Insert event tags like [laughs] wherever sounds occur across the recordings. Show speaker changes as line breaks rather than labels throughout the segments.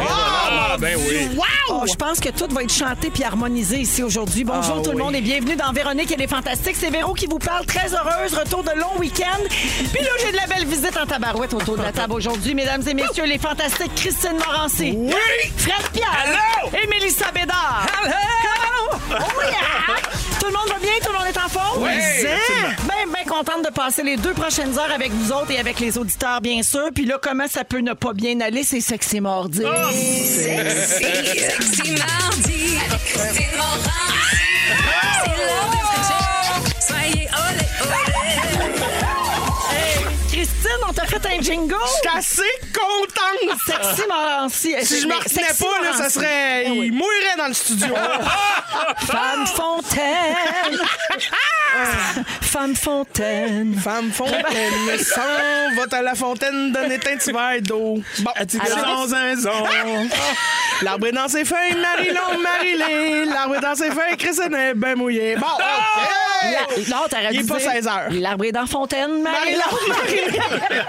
Ah, ben oui.
Oh, je pense que tout va être chanté puis harmonisé ici aujourd'hui. Bonjour
Ah
tout le monde et bienvenue dans Véronique et les Fantastiques. C'est Véro qui vous parle. Très heureuse. Retour de long week-end. Puis là, j'ai de la belle visite en tabarouette autour de la table aujourd'hui. Mesdames et messieurs, les Fantastiques Christine Morancy.
Oui!
Fred Pierre.
Allô?
Et Mélissa Bédard. Allô! Oh yeah! Tout le monde va bien? Tout le monde est en forme?
Oui,
Bien,
absolument.
bien contente de passer les deux prochaines heures avec vous autres et avec les auditeurs, bien sûr. Puis là, comment ça peut ne pas bien aller? C'est sexy mordi.
Oh,
C'est mardi avec Christine Morancy. C'est l'heure de Fréchette. Soyez olé, olé.
Christine, on t'a fait un jingle?
J'étais assez contente.
Sexy Morancy.
Si je me retenais
Sexy
pas, là, ça
Morancy.
serait.
Eh oui.
Il mouillerait dans le [laughs] studio.
Femme Fontaine.
[laughs]
Femme Fontaine.
Femme [laughs] fontaine, sans va à la fontaine, donne un petit verre d'eau. Bon, tu
Alors-
[laughs] L'arbre est dans ses feuilles, Marie-Longue, Marie-Lé. L'arbre est dans ses feuilles, Christine est ben mouillée. Bon, hey!
La- Non, t'aurais
Il est
dû
pas
dire,
16 [laughs] heures.
L'arbre est dans Fontaine, marie
Marie-Longue, Marie-Lé.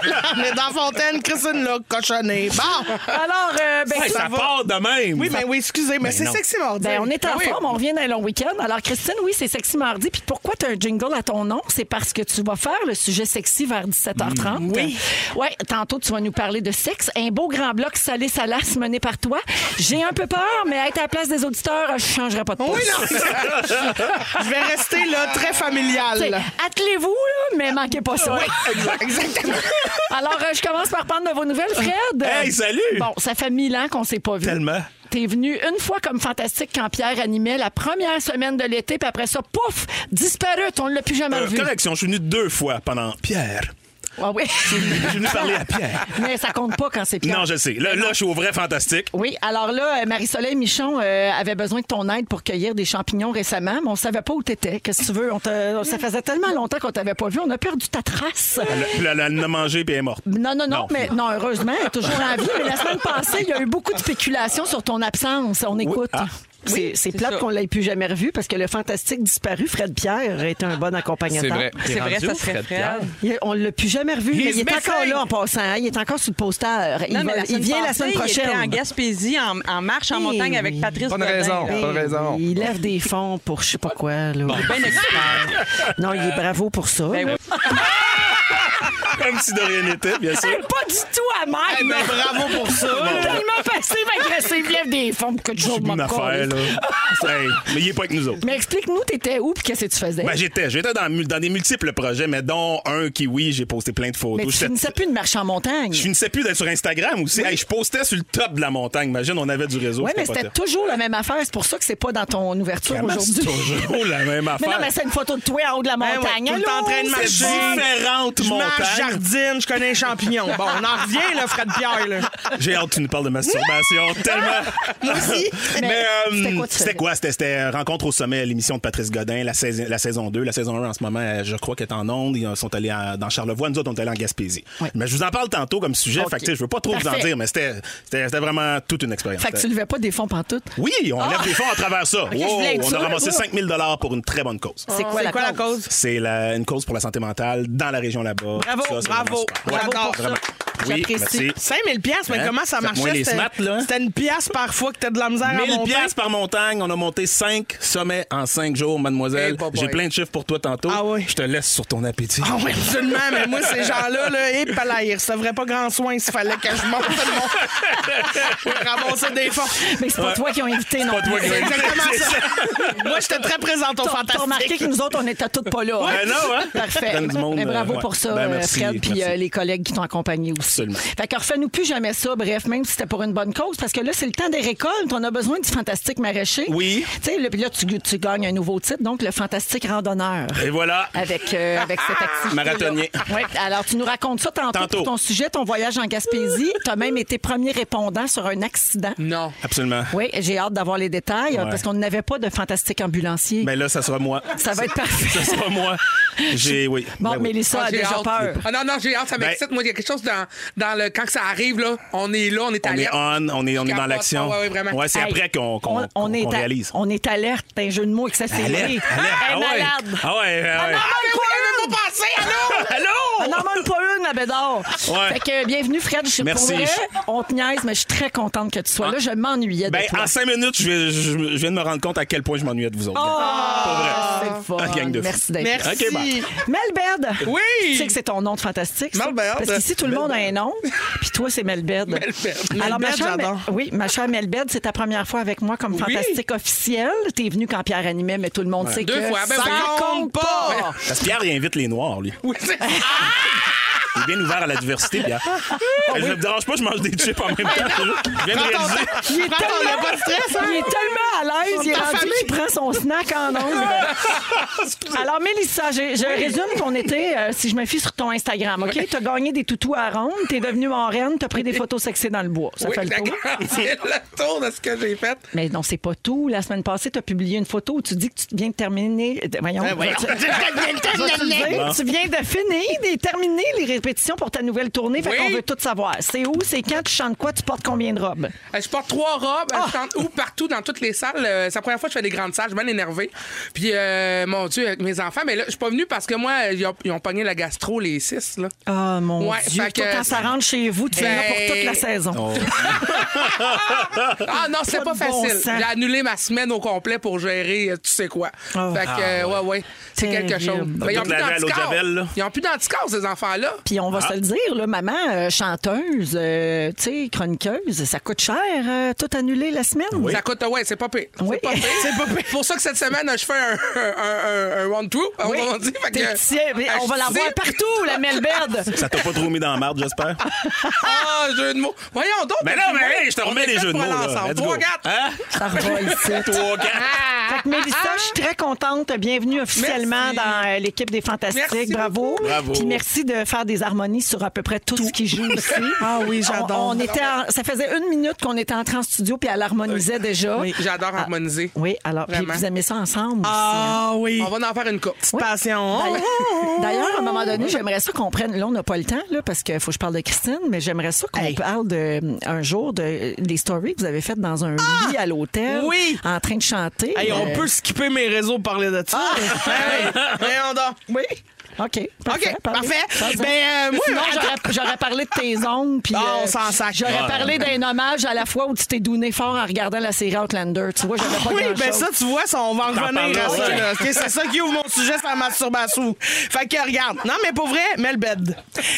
L'arbre est dans fontaine, Christine l'a cochonné. [laughs] Bon!
Alors, euh, ben,
Hey,
tout-
ça
Ça va.
part de même.
Oui, mais oui, excusez, mais c'est
non.
sexy mardi.
ben, on est en
Ah oui.
forme, on revient d'un long week-end. Alors, Christine, oui, c'est Sexy Mardi. Puis pourquoi tu as un jingle à ton nom? C'est parce que tu vas faire le sujet sexy vers 17h30.
Mm, oui.
Oui, tantôt, tu vas nous parler de sexe. Un beau grand bloc salé-salace mené par toi. J'ai un peu peur, mais être à la place des auditeurs, je changerai pas de poste.
Oui, non. Je vais rester là très
T'sais,
familial.
Attelez-vous, là, mais manquez pas ça.
Exact- Exactement.
Alors, euh, je commence par prendre de vos nouvelles, Fred.
Hey, salut!
Bon, ça fait mille ans qu'on s'est pas vu.
Tellement.
T'es venu une fois comme fantastique quand Pierre animait la première semaine de l'été, puis après ça, pouf, disparu, on ne l'a plus jamais
Euh,
revu.
correction, je suis venu deux fois pendant Pierre.
Ah
[laughs]
oui.
Je suis venu parler à Pierre.
Mais ça compte pas quand c'est Pierre.
Non, je sais. Là, là, je suis au vrai fantastique.
Oui, alors là, euh, Marie-Soleil Michon euh, avait besoin de ton aide pour cueillir des champignons récemment, mais on savait pas où t'étais. Qu'est-ce que tu veux? On te- ça faisait tellement longtemps qu'on t'avait pas vu, on a perdu ta trace.
Elle- Puis elle elle en a mangé puis elle est morte. [laughs]
Non, non, non,
Non.
mais non, heureusement, elle est toujours en vie. Mais la semaine passée, il y a eu beaucoup de spéculations sur ton absence. On écoute.
Ah.
C'est, c'est plate qu'on l'ait plus jamais revu parce que le fantastique disparu, Fred Pierre, aurait été un bon accompagnateur.
Ah, C'est vrai, ça serait Fred.
Il- on l'a plus jamais revu, mais il est
missing.
encore là en passant. hein. Il est encore sur le poster. Il,
Non, mais
va-
la
il
semaine
vient la
passée,
semaine prochaine.
Il était en Gaspésie, en, en marche, en
Eh
montagne
oui.
avec Patrice
Pas de
Godin,
raison,
là.
pas de raison.
Il lève des fonds pour je sais pas quoi. là.
Ben occupé.
Non, il est bravo pour ça.
Ben oui.
Comme si de rien n'était, bien
Elle est
sûr.
Ah, pas du tout à
Eh
même.
ben, bravo pour ça.
Tellement passive agressive, il lève des fonds pour que de
Je
jour
suis une
m'en
affaire,
colle.
là. Hey, mais il est pas avec nous autres.
Mais explique-nous, t'étais où puis qu'est-ce que tu faisais?
Ben, j'étais, j'étais dans, mu- dans des multiples projets, mais dont un qui, oui, j'ai posté plein de
Mais
photos.
tu
J'étais-
finissais plus de marche en montagne.
Je finissais plus d'être sur Instagram aussi. Hey, je postais sur le top de la montagne. Imagine, on avait du réseau.
Oui, mais
capotais.
c'était toujours la même affaire. C'est pour ça que c'est pas dans ton ouverture
Vraiment, c'est
aujourd'hui.
toujours la
[laughs]
même
Mais non,
affaire.
mais c'est une photo de toi en haut de la
Ben ouais,
montagne.
tout le
Allô?
temps en train de
C'est
marcher.
bon.
Différentes
Je marche,
montagnes.
jardine, je connais les champignons. Bon, on en revient, là, Fred Pierre. Là.
J'ai hâte que tu nous parles de
[laughs]
masturbation tellement. Moi aussi. [laughs] Mais,
Mais
euh,
c'était quoi, tu faisais?
c'était quoi? C'était c'était, euh, Rencontre au sommet, l'émission de Patrice Godin, la saison, la saison 2. La saison 1, en ce moment, euh, je crois qu'elle est en onde. Ils euh, sont allés en- dans Charlevoix. Nous autres, on est allés en Gaspésie.
Oui.
Mais je vous en parle tantôt comme sujet.
Ok.
Fait que, tu sais, je veux pas trop vous en
Parfait.
dire, mais c'était c'était- c'était vraiment toute une expérience.
Fait que tu levais pas des fonds pantoute.
Oui, on lève des fonds à travers ça.
je
Wow,
voulais être
on a
sûre.
ramassé 5000 pour une très bonne cause.
C'est quoi, la,
Ah. C'est quoi la
cause?
cause?
C'est la- une cause pour la santé mentale dans la région là-bas.
Bravo,
Ça, c'est vraiment
bravo.
super. Ouais,
J'adore ça.
vraiment. Oui,
J'apprécie.
merci.
5000 piastres, mais
Hein?
comment ça
Faites moins
marchait?
les
C'était
smats, là.
c'était une pièce par fois que t'as de la misère à
1000
monter.
pièces par montagne, on a monté 5 sommets en 5 jours, mademoiselle.
Hey, boy, boy.
J'ai plein de chiffres pour toi tantôt.
Ah oui.
Je te laisse sur ton appétit.
Ah oui, absolument, mais moi, ces gens-là, là, et là, ils recevraient pas grand soin s'il fallait que je monte tout le
[laughs]
monde. Je ramassais des fonds.
Mais c'est pas toi qui ont invité, non
Pas toi
plus.
qui
C'est
l'as dit.
exactement ça. Moi, j'étais très présente au
T'as- T'as remarqué
fantastique.
que nous autres, on était toutes pas là. hein?
Ouais, non, hein?
Parfait.
Donne du monde,
Mais bravo
euh, ouais.
pour ça,
Ben,
euh,
merci,
Fred, puis
merci.
euh, les collègues qui t'ont accompagné aussi.
Absolument.
Fait que refais-nous plus jamais ça, bref, même si c'était pour une bonne cause, parce que là, c'est le temps des récoltes. On a besoin du fantastique maraîcher.
Oui.
Tu sais, là, puis là, tu, tu gagnes un nouveau titre, donc le fantastique randonneur.
[laughs] Et voilà.
Avec, euh, avec cette activité.
Marathonien.
Oui. Alors, tu nous racontes ça tantôt,
Ah! Tantôt.
pour ton sujet, ton voyage en Gaspésie. tu as même été premier répondant sur un accident.
Non.
Absolument.
Oui, j'ai hâte d'avoir les détails euh, parce qu'on n'avait pas de fantastique ambulancier.
Mais Ben là, ça sera moi.
Ça va être parfait.
Ça sera moi. J'ai, oui.
Bon,
Ben oui.
Mélissa a
j'ai
déjà
hâte.
peur.
Ah non, non, j'ai hâte, ça
Ben-
m'excite. Moi, il y a quelque chose dans, dans le. Quand que ça arrive, là, on est là, on est
On est
alerte.
on, on est, on
Je
est dans
capote.
l'action.
Ah ouais, ouais, vraiment.
Ouais, c'est
Hey,
après qu'on qu'on-
on- on
qu'on
est à-
réalise.
On est alerte, c'est un jeu de mots
Alerte,
excessivement.
alerte. Ah ouais.
malade.
Ah ouais, ah ouais.
Ah, mais oui, elle m'a pas passé, allô?
On
Allô?
n'en manque pas une, la Bédard.
Ouais.
Fait que, bienvenue, Fred. Je suis
Merci.
pour vrai, on te niaise, mais je suis très contente que tu sois là. Je m'ennuyais de
Ben,
toi.
en cinq minutes, je, vais- je- je viens de me rendre compte à quel point je m'ennuyais de vous
Oh.
autres. Pas
Ah! C'est le fun.
Ah, gang de fous.
Merci d'être là.
Merci.
OK,
bah.
ben.
Melbed.
Oui.
Tu sais que c'est ton nom de fantastique. ça?
Melbed.
Parce qu'ici, tout le monde a un nom. Puis toi, c'est Melbed.
Melbed.
Alors, ma
Melbed,
chère,
j'adore.
oui, ma chère Melbed, c'est ta première fois avec moi comme fantastique officielle. T'es venue quand Pierre animait, mais tout le monde sait
Deux
que
fois. Ben
ça
oui.
compte
[laughs]
pas.
vrai. Parce que Pierre, il invite les Noirs, lui.
Oui, c'est
Il est bien ouvert à la diversité, Pierre. Je me dérange pas, je mange des chips en même temps. Je viens de réaliser.
Il est tellement,
hein?
il est tellement à l'aise, il est rendu qu'il prend son snack en
[laughs]
ondes. Alors, Mélissa, je, je résume ton été, euh, si je me fie sur ton Instagram, OK? T'as gagné des toutous à ronde, t'es devenue marraine, t'as pris des photos sexy dans le bois. Ça
Oui,
fait le
la
tour.
grande- [laughs] c'est le tour de ce que j'ai fait.
Mais non, c'est pas tout. La semaine passée, t'as publié une photo où tu dis que tu viens de terminer... de- Voyons.
Ben
[laughs] Tu-
[laughs]
tu viens- Tu viens de finir, de terminer les répétitions pour ta nouvelle tournée. Fait
Oui.
qu'on veut tout savoir. C'est où, c'est quand, tu chantes quoi, tu portes combien de robes?
Euh, Je porte trois robes, euh,
Ah!
je chante où partout dans toutes les salles. Euh, C'est la première fois que je fais des grandes salles, je suis bien énervée. Puis euh, mon Dieu, avec mes enfants, mais là, je suis pas venue parce que moi, euh, ils ont, ils ont pogné la gastro les six là.
Ah, mon
Ouais,
Dieu.
fait
Toi,
que-
quand ça rentre chez vous, tu es là
Ben-
pour toute la saison.
Ah non, c'est
Pas
pas
de bon
facile.
sens.
J'ai annulé ma semaine au complet pour gérer euh, tu sais quoi.
Ah.
Fait que, euh, ouais, ouais, c'est
Terrible.
quelque chose.
Donc,
Mais ils ont
toute
plus
la vie à l'eau de
d'anticorps.
Javel, là.
Ils ont plus d'anticorps, ces enfants-là.
Puis on va se le dire, là, maman, euh, chanteuse, euh, tu sais, chroniqueuse, ça coûte cher, euh, tout annuler la semaine.
Ça coûte, ouais, c'est pas pire.
Oui.
C'est pas
[laughs]
pire. C'est pour ça que cette semaine, je fais un, un, un, un one-two,
Oui.
on dit. Fait
T'es
que-
petit, mais on va la
Ah,
voir partout, la
[laughs]
Melberde.
Ça t'a pas trop mis dans la marde, j'espère?
Ah, jeu de mots. Voyons donc.
Mais non, mais hey, je te remets les jeux de mots. là. Let's go.
3, 4.
Hein?
Ça revoit ici.
[laughs] Trois, quatre.
Fait que Mélissa, je suis très contente. Bienvenue officiellement
Merci.
dans euh, l'équipe des Fantastiques.
Merci
Bravo.
beaucoup.
Bravo.
Puis merci de faire des harmonies sur à peu près tout, ce qui joue
[laughs]
ici.
Ah oui, j'adore.
On, on était en- ça faisait une minute qu'on était entré en studio, puis elle harmonisait déjà. Oui,
J'adore harmoniser.
alors, puis
Vraiment.
vous aimez ça ensemble aussi, hein?
Ah oui.
On va en faire une coupe.
Passion.
D'ailleurs- D'ailleurs, à un moment donné, j'aimerais ça qu'on prenne. Là, on n'a pas le temps, là, parce qu'il faut que je parle de Christine, mais j'aimerais ça qu'on parle de, un jour de, des stories que vous avez faites dans un lit à l'hôtel.
Ah! Oui.
En train de chanter.
Hey, on
Euh,
peut skipper mes réseaux pour parler de ça.
Ah.
Voyons donc.
Oui. OK. Parfait.
OK,
parlez.
parfait.
Vas-y.
Ben, euh, moi,
Sinon,
attends.
j'aurais- j'aurais parlé de tes ongles. puis,
Ah,
euh,
on s'en sac.
J'aurais
Ah.
parlé d'un hommage à la fois où tu t'es douné fort en regardant la série Outlander. Tu vois, j'avais pas
Oui,
grand-chose.
ben ça, tu vois, ça, on va en revenir à
parleras,
ça.
ouais.
là. OK, c'est ça qui ouvre mon sujet, c'est la masturbation. Fait que regarde, non, mais pour vrai, Melbed.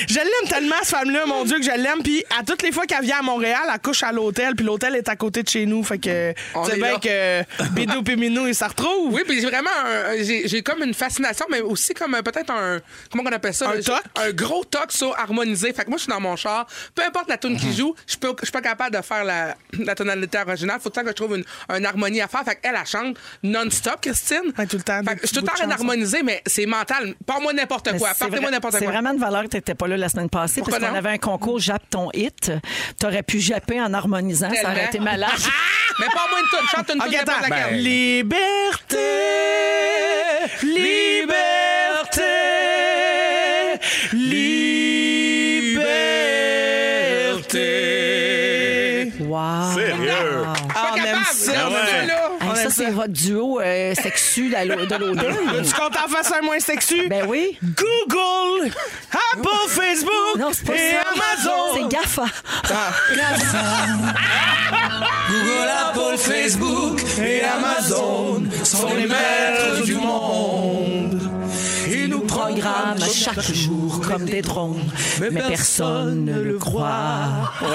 Je l'aime tellement, cette femme-là, mon Dieu, que je l'aime. Puis à toutes les fois qu'elle vient à Montréal, elle couche à l'hôtel, puis l'hôtel est à côté de chez nous. Fait que
On
tu sais
est
bien
là.
que Bidou et Minou, ils se retrouvent.
Oui, puis j'ai vraiment un- un- j'ai j'ai comme une fascination, mais aussi comme euh, peut-être un comment on appelle ça
Un
là,
toc?
j'ai- un gros toc sur harmonisé. Fait que moi je suis dans mon char, peu importe la tune
Mm-hmm.
qui joue, je peux je suis pas capable de faire la, la tonalité originale. Faut tant que je trouve une, une harmonie à faire. Fait qu'elle elle chante non-stop, Christine.
Ouais, tout le temps, des
Fait que je suis tout
petits
le temps
bouts de chanson.
en harmonisé, mais c'est mental. Parle-moi n'importe
Mais
quoi.
c'est
Partez-moi
vrai-
n'importe
C'est
quoi.
vraiment de valeur que tu n'étais pas là la semaine passée
Pourquoi
parce qu'on
non? Mm.
avait un concours Jappe ton hit. Tu aurais pu japper en harmonisant, ça aurait
Tellement.
été malade.
[laughs] mais pas moi une tune, chante une
OK,
tune n'importe
attends.
Ben,
laquelle.
Liberté, liberté, liberté.
Wow.
Sérieux?
Ah,
Pas
on aime
capable.
ça,
on
ouais.
aime ça, là.
Hey,
On
ça,
aime
c'est
ça.
votre duo euh, sexu de l'hô- de
[laughs]
l'hôtel.
Tu comptes en face un moins sexu?
ben oui.
Google, Apple, Facebook
Non, c'est pas
et
ça.
Amazon.
C'est GAFA.
Google, Apple, Facebook et Amazon sont les maîtres du monde. Ils nous programment
rame chaque jour comme des drones, mais personne ne le croit.
Wow!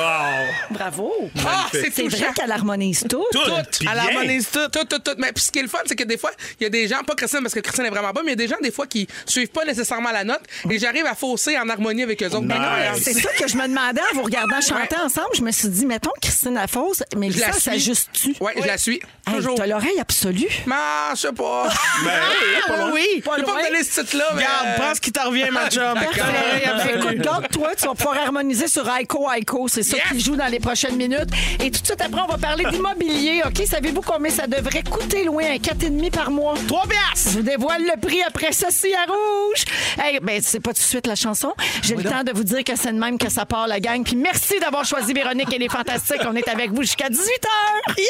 Bravo!
Ah, c'est
C'est vrai
touchant.
qu'elle harmonise tout.
Tout! Puis
Tout,
bien.
à l'harmonise tout. Tout, tout, tout. Mais puis ce qui est le fun, c'est que des fois, il y a des gens, pas Christine parce que Christine est vraiment bonne, mais il y a des gens, des fois, qui suivent pas nécessairement la note et j'arrive à fausser en harmonie avec eux autres.
Mais non,
Ah,
C'est ça que je me demandais en vous regardant chanter ensemble. Je me suis dit, mettons Christine Lafosse, mais
Je la
ça, ça
suis.
juste-tu?
Ouais, je la suis.
Hey,
Toujours.
T'as l'oreille absolue.
Mais je sais pas.
Ben, oui, pas loin.
oui!
Je peux pas
loin.
me donner ce titre-là, mais. euh,
Regarde, prends ce qui t'en revient, ma chum.
Parfait.
T'as l'oreille
Ben,
absolue.
écoute, garde-toi, tu vas pouvoir harmoniser sur Aiko Aiko. C'est ça
Yes!
qui joue dans les prochaines minutes. Et tout de suite après, on va parler d'immobilier. OK? Savez-vous combien ça devrait coûter loin? Un 4,5 par mois?
Trois piastres!
Je vous dévoile le prix après ceci à rouge. Hey, ben, c'est pas tout de suite la chanson. J'ai le temps de vous dire que c'est de même que ça part la gang. Puis merci d'avoir choisi Véronique et les Fantastiques. On est avec vous jusqu'à 18 h.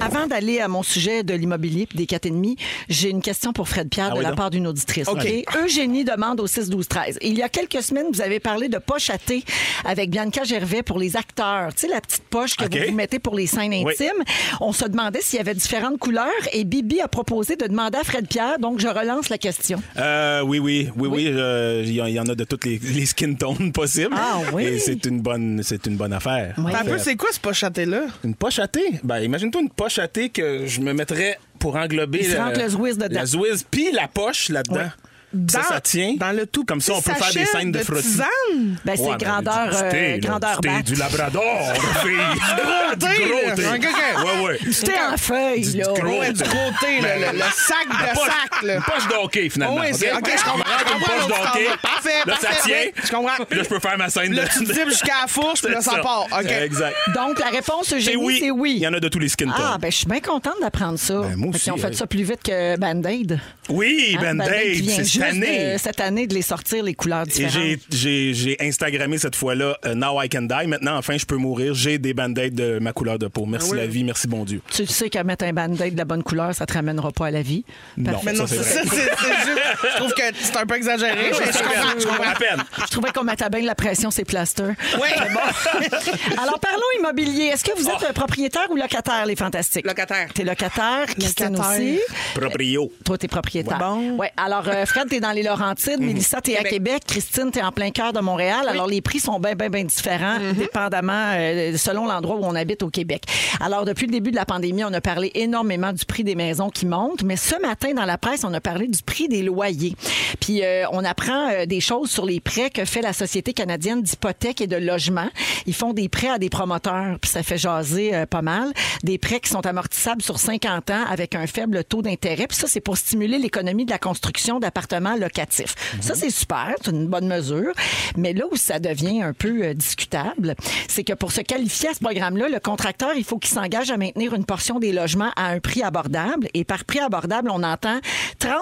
Avant d'aller à mon sujet de l'immobilier puis des 4,5, j'ai une question pour Fred Pierre
Ah
de
oui,
la
donc.
part d'une auditrice.
OK.
OK? Eugénie demande au 6-12-13. Il y a quelques semaines, vous avez parlé de poche à thé avec Bianca Gervais pour les acteurs. Tu sais, la petite poche que
OK.
vous vous mettez pour les scènes
Oui.
intimes. On se demandait s'il y avait différentes couleurs et Bibi a proposé de demander à Fred Pierre, donc je relance la question.
Euh, oui, oui, oui, oui. euh, Il y, en- il y en a de toutes les, les skin tones possibles.
Ah oui.
Et c'est une bonne, c'est une bonne affaire.
Oui.
T'as un peu, c'est quoi ce pochette-là?
Une poche à thé. Ben, imagine-toi une poche à thé que je me mettrais pour englober.
Il se
la-
rentre le Zwiz dedans.
La Zwiz, puis la poche là-dedans. Puis ça,
Dans-
ça tient.
Dans le tout
Comme ça, on
petit
peut faire des
sachet
scènes de, frottis.
tisane.
Ben, c'est
Ouais, mais
grandeur,
du- du
euh,
thé, là,
grandeur
du thé,
bac.
[laughs]
du labrador, fille.
Gros
Du
thé,
gros
là.
thé.
Un coquin.
Ouais, ouais.
C'était en feuille,
du-
là.
du gros-
Ouais, du côté, là, le, le sac
Ben, La
de
poche-
sac. Là.
Une poche d'hockey, finalement.
Oui, c'est- OK, je comprends.
Je
Je
une
comprends,
poche
là, tu t'en
d'hockey.
vas. Parfait,
Là, ça
parfait,
tient.
oui, je comprends.
Puis Là, je peux faire ma scène
Là,
de-
tu dippes jusqu'à la fourche, puis là,
[laughs] C'est
ça part. OK.
Exact.
Donc, la réponse,
C'est
Eugénie,
oui.
c'est oui.
Il y en a de tous les skin tones.
Ah, ben je suis bien contente d'apprendre ça.
Ben, moi
Fait
aussi,
qu'ils ont fait
hey.
ça plus vite que Band-Aid.
Oui,
Hein,
Ben Dave,
vient
c'est cette
juste euh,
année.
de- cette année de les sortir, les couleurs
Et
différentes.
j'ai- j'ai j'ai Instagrammé cette fois-là euh, Now I Can Die. Maintenant, enfin, je peux mourir. J'ai des band-aids de ma couleur de peau.
Ah
Merci la vie, merci bon Dieu.
Tu sais qu'à mettre un band-aid de la bonne couleur, ça te ramènera pas à la vie.
Non,
Parfait.
Mais non,
ça,
ça,
c'est
c'est
vrai.
c'est juste. Je trouve que c'est un peu exagéré. mais Je comprends, je comprends.
À peine.
Je trouvais qu'on mettait bien de la pression, c'est plaster.
Oui.
[laughs]
Alors, parlons immobilier. Est-ce que vous êtes
Ah.
euh, propriétaire ou locataire, les fantastiques?
Locataire.
T'es locataire, Christine
Locataire.
aussi.
Proprio.
Toi, t'es propriétaire.
Bon.
Ouais. Alors, euh, Fred, t'es dans les Laurentides. Mélissa, t'es à
Québec.
Québec. Christine, t'es en plein cœur de Montréal. Alors, les prix sont bien, bien, bien différents, dépendamment, euh, selon l'endroit où on habite au Québec. Alors, depuis le début de la pandémie, on a parlé énormément du prix des maisons qui montent. Mais ce matin, dans la presse, on a parlé du prix des loyers. Puis, euh, on apprend euh, des choses sur les prêts que fait la Société canadienne d'hypothèques et de logements. Ils font des prêts à des promoteurs, puis ça fait jaser euh, pas mal. Des prêts qui sont amortissables sur 50 ans avec un faible taux d'intérêt. Puis ça, c'est pour stimuler l'économie de la construction d'appartements locatifs. Ça, c'est super, c'est une bonne mesure. Mais là où ça devient un peu euh, discutable, c'est que pour se qualifier à ce programme-là, le contracteur, il faut qu'il s'engage à maintenir une portion des logements à un prix abordable. Et par prix abordable, on entend 30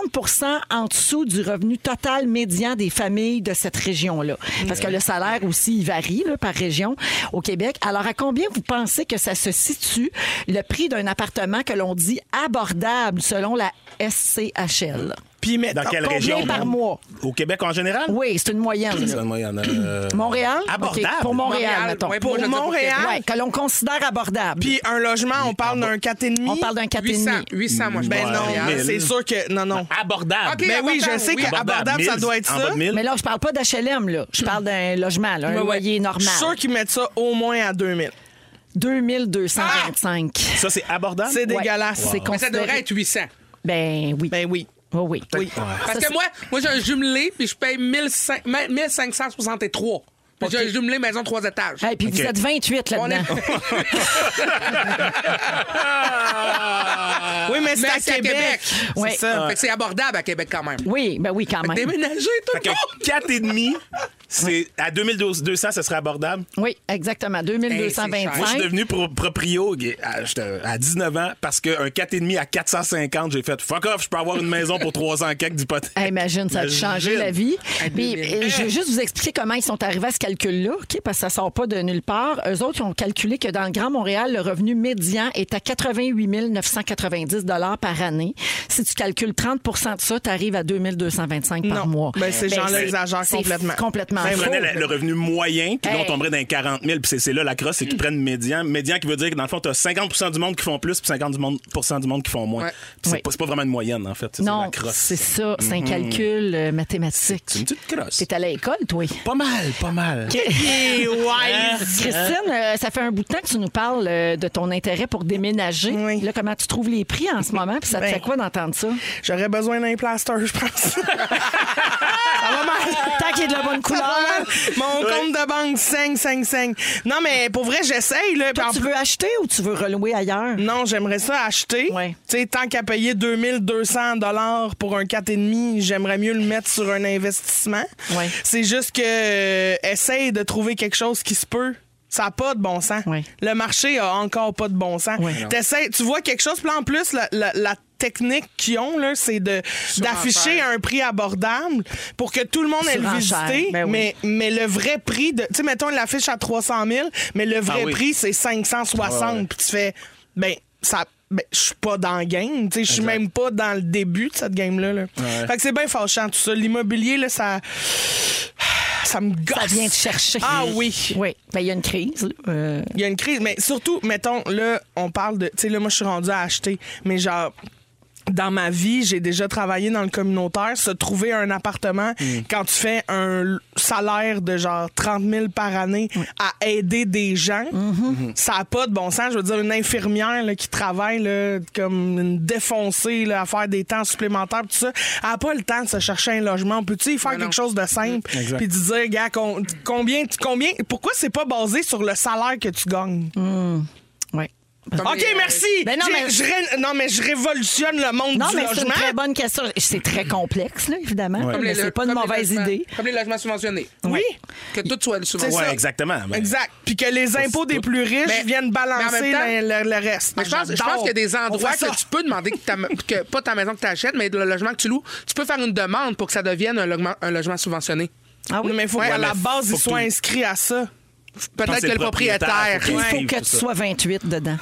en dessous du revenu total médian des familles de cette région-là. Parce que le salaire aussi, il varie là, par région au Québec. Alors, à combien vous pensez que ça se situe le prix d'un appartement que l'on dit abordable selon la SCHL?
Puis, mais
Dans quelle
combien
région?
par
donc?
mois?
Au Québec en général?
Oui, c'est une moyenne. là.
Seulement, il y en a, euh,
Montréal?
Abordable.
OK, pour Montréal,
Montréal,
mettons.
ouais,
Pour
Moi, je dis-
Montréal,
Ouais, que l'on considère abordable.
puis un logement, on parle d'un 4,5.
on parle d'un
800,
4,5.
800, moi, je
Ben
pense.
non,
Ouais,
mais
mille.
c'est sûr que. Non, non.
Ah, Abordable.
OK,
Ben oui, je
abordable,
sais
oui.
que abordable, ça
Mille,
doit être
En bas
ça.
de mille.
Mais là, je parle pas d'HLM, là. Je parle d'un
Hmm.
logement, là, un
Ouais, ouais.
loyer
Je
normal.
suis sûr qu'ils mettent ça au moins à 2000.
2225.
Ça, c'est abordable?
C'est dégueulasse.
C'est
Ah! Mais ça
considéré-
devrait être 800.
Ben oui.
Ben oui.
Oh oui.
Oui.
Parce
Ça,
que moi, moi j'ai un jumelé, puis je paye 1500 1563. Puis J'ai un jumelé maison trois étages.
Hey, puis vous
OK.
êtes 28
On est-
là-dedans.
[laughs]
Oui, mais c'est
Mais
à Québec.
Ouais.
C'est ça.
Fait que c'est abordable à Québec quand même.
Oui, ben oui, quand
Fait que
même.
Déménager tout
Fait
le monde!
que 4,5, c'est à 2200, ça serait abordable.
Oui, exactement.
Moi, je suis
2225.
devenu pro- proprio à, j'étais à 19 ans parce qu'un 4,5 à 450, j'ai fait fuck off, je peux avoir une maison pour 300 quelques d'hypothèque.
Hey, imagine, ça a
Imagine.
changé la vie. Puis, euh, je veux juste vous expliquer comment ils sont arrivés à ce calcul-là, OK? parce que ça sort pas de nulle part. Eux autres, ils ont calculé que dans le Grand Montréal, le revenu médian est à 88 990 par année. Si tu calcules 30 de ça, tu arrives à 2225 par
Non.
mois.
Ben, ces gens-là
c'est-
exagèrent
c'est
complètement.
Complètement tellement
Ils
faux.
prenaient la- le revenu moyen, puis là,
Hey.
on tomberait dans les 40 000, puis c'est- c'est là la crosse, c'est qu'ils prennent médian. Médian qui veut dire que dans le fond, tu as 50 du monde qui font plus, puis 50 du monde- du monde qui font moins.
Ouais.
Puis c'est
Oui.
pas, c'est pas vraiment une moyenne, en fait. C'est
Non,
la crosse.
c'est ça. C'est un calcul euh, mathématique.
C'est une petite crosse.
T'es allé à l'école, toi?
Pas mal, pas mal.
Et ouais.
Christine, euh, ça fait un bout de temps que tu nous parles euh, de ton intérêt pour déménager.
Oui.
Là, comment tu trouves les prix en ce moment? Puis ça te
Ben.
fait quoi d'entendre ça?
J'aurais besoin d'un plaster, je pense. [laughs] ça va mal.
Tant qu'il y a de la bonne
Ça va
couleur.
mal. Mon compte de banque 5, 5, 5. Non, mais pour vrai, j'essaye. Là, Puis
Toi,
en
tu
plus-
veux acheter ou tu veux relouer ailleurs?
Non, j'aimerais ça acheter.
Ouais.
Tu sais, tant qu'à payer 2200 dollars pour un 4,5, j'aimerais mieux le mettre sur un investissement.
Ouais.
C'est juste que euh, essaye de trouver quelque chose qui se peut. Ça n'a pas de bon sens.
Ouais.
Le marché a encore pas de bon sens.
Ouais.
T'essayes- Tu vois quelque chose, puis là, en plus, la, la- la technique qu'ils ont, là, c'est de, d'afficher un prix abordable pour que tout le monde ait le
Surenchère.
visiter.
Ben oui.
mais, mais le vrai prix, de, tu sais, mettons, il l'affiche à 300 000, mais le vrai
Ah oui.
prix, c'est 560. Puis tu fais, ben, ça. Ben, je suis pas dans le game, tu sais, je suis même pas dans le début de cette game-là. là. Fait que c'est bien fâchant tout ça. L'immobilier, là, ça. Ça me gosse.
Ça vient te chercher.
Ah oui.
Oui. Ben, il y a une crise. là. Euh,
Il y a une crise, mais surtout, mettons, là, on parle de. Tu sais, là, moi, je suis rendue à acheter, mais genre. Dans ma vie, j'ai déjà travaillé dans le communautaire. Se trouver un appartement
Mm.
quand tu fais un l- salaire de genre 30 000 par année à aider des gens,
Mm-hmm.
ça n'a pas de bon sens. Je veux dire, une infirmière là, qui travaille là, comme une défoncée là, à faire des temps supplémentaires, pis tout ça, elle n'a pas le temps de se chercher un logement. Peux-tu y faire quelque chose de simple?
Mm.
Puis de dire, gars, con- combien, combien, pourquoi c'est pas basé sur le salaire que tu gagnes?
ouais.
OK, merci.
Ben non,
J'ai-
mais-
je ré- non, mais je révolutionne le monde
Non,
du
mais c'est une
logement.
très bonne question. C'est très complexe, là, évidemment. Mais c'est pas une
comme les
mauvaise
logements-
idée.
Comme les logements subventionnés.
Oui,
Que tout soit subventionné.
Ouais,
ça.
exactement. mais-
exact. Puis que les impôts des plus riches
Mais-
viennent balancer
mais en même
le, le- le reste.
Mais je pense, je pense qu'il y a des
J'adore. On
endroits
fait ça.
que tu peux demander que, ta, que pas ta maison que tu achètes, mais le logement que tu loues, tu peux faire une demande pour que ça devienne un logement, un logement subventionné.
Ah oui.
Non, mais il faut
Ouais,
qu'à
mais
la base,
faut
ils soient
que-
inscrits à ça.
pense
Peut-être
que
que
c'est
le
le propriétaire,
propriétaire.
faut
Il faut
Ouais,
que
faut
tu
ça.
sois 28
[laughs]
dedans.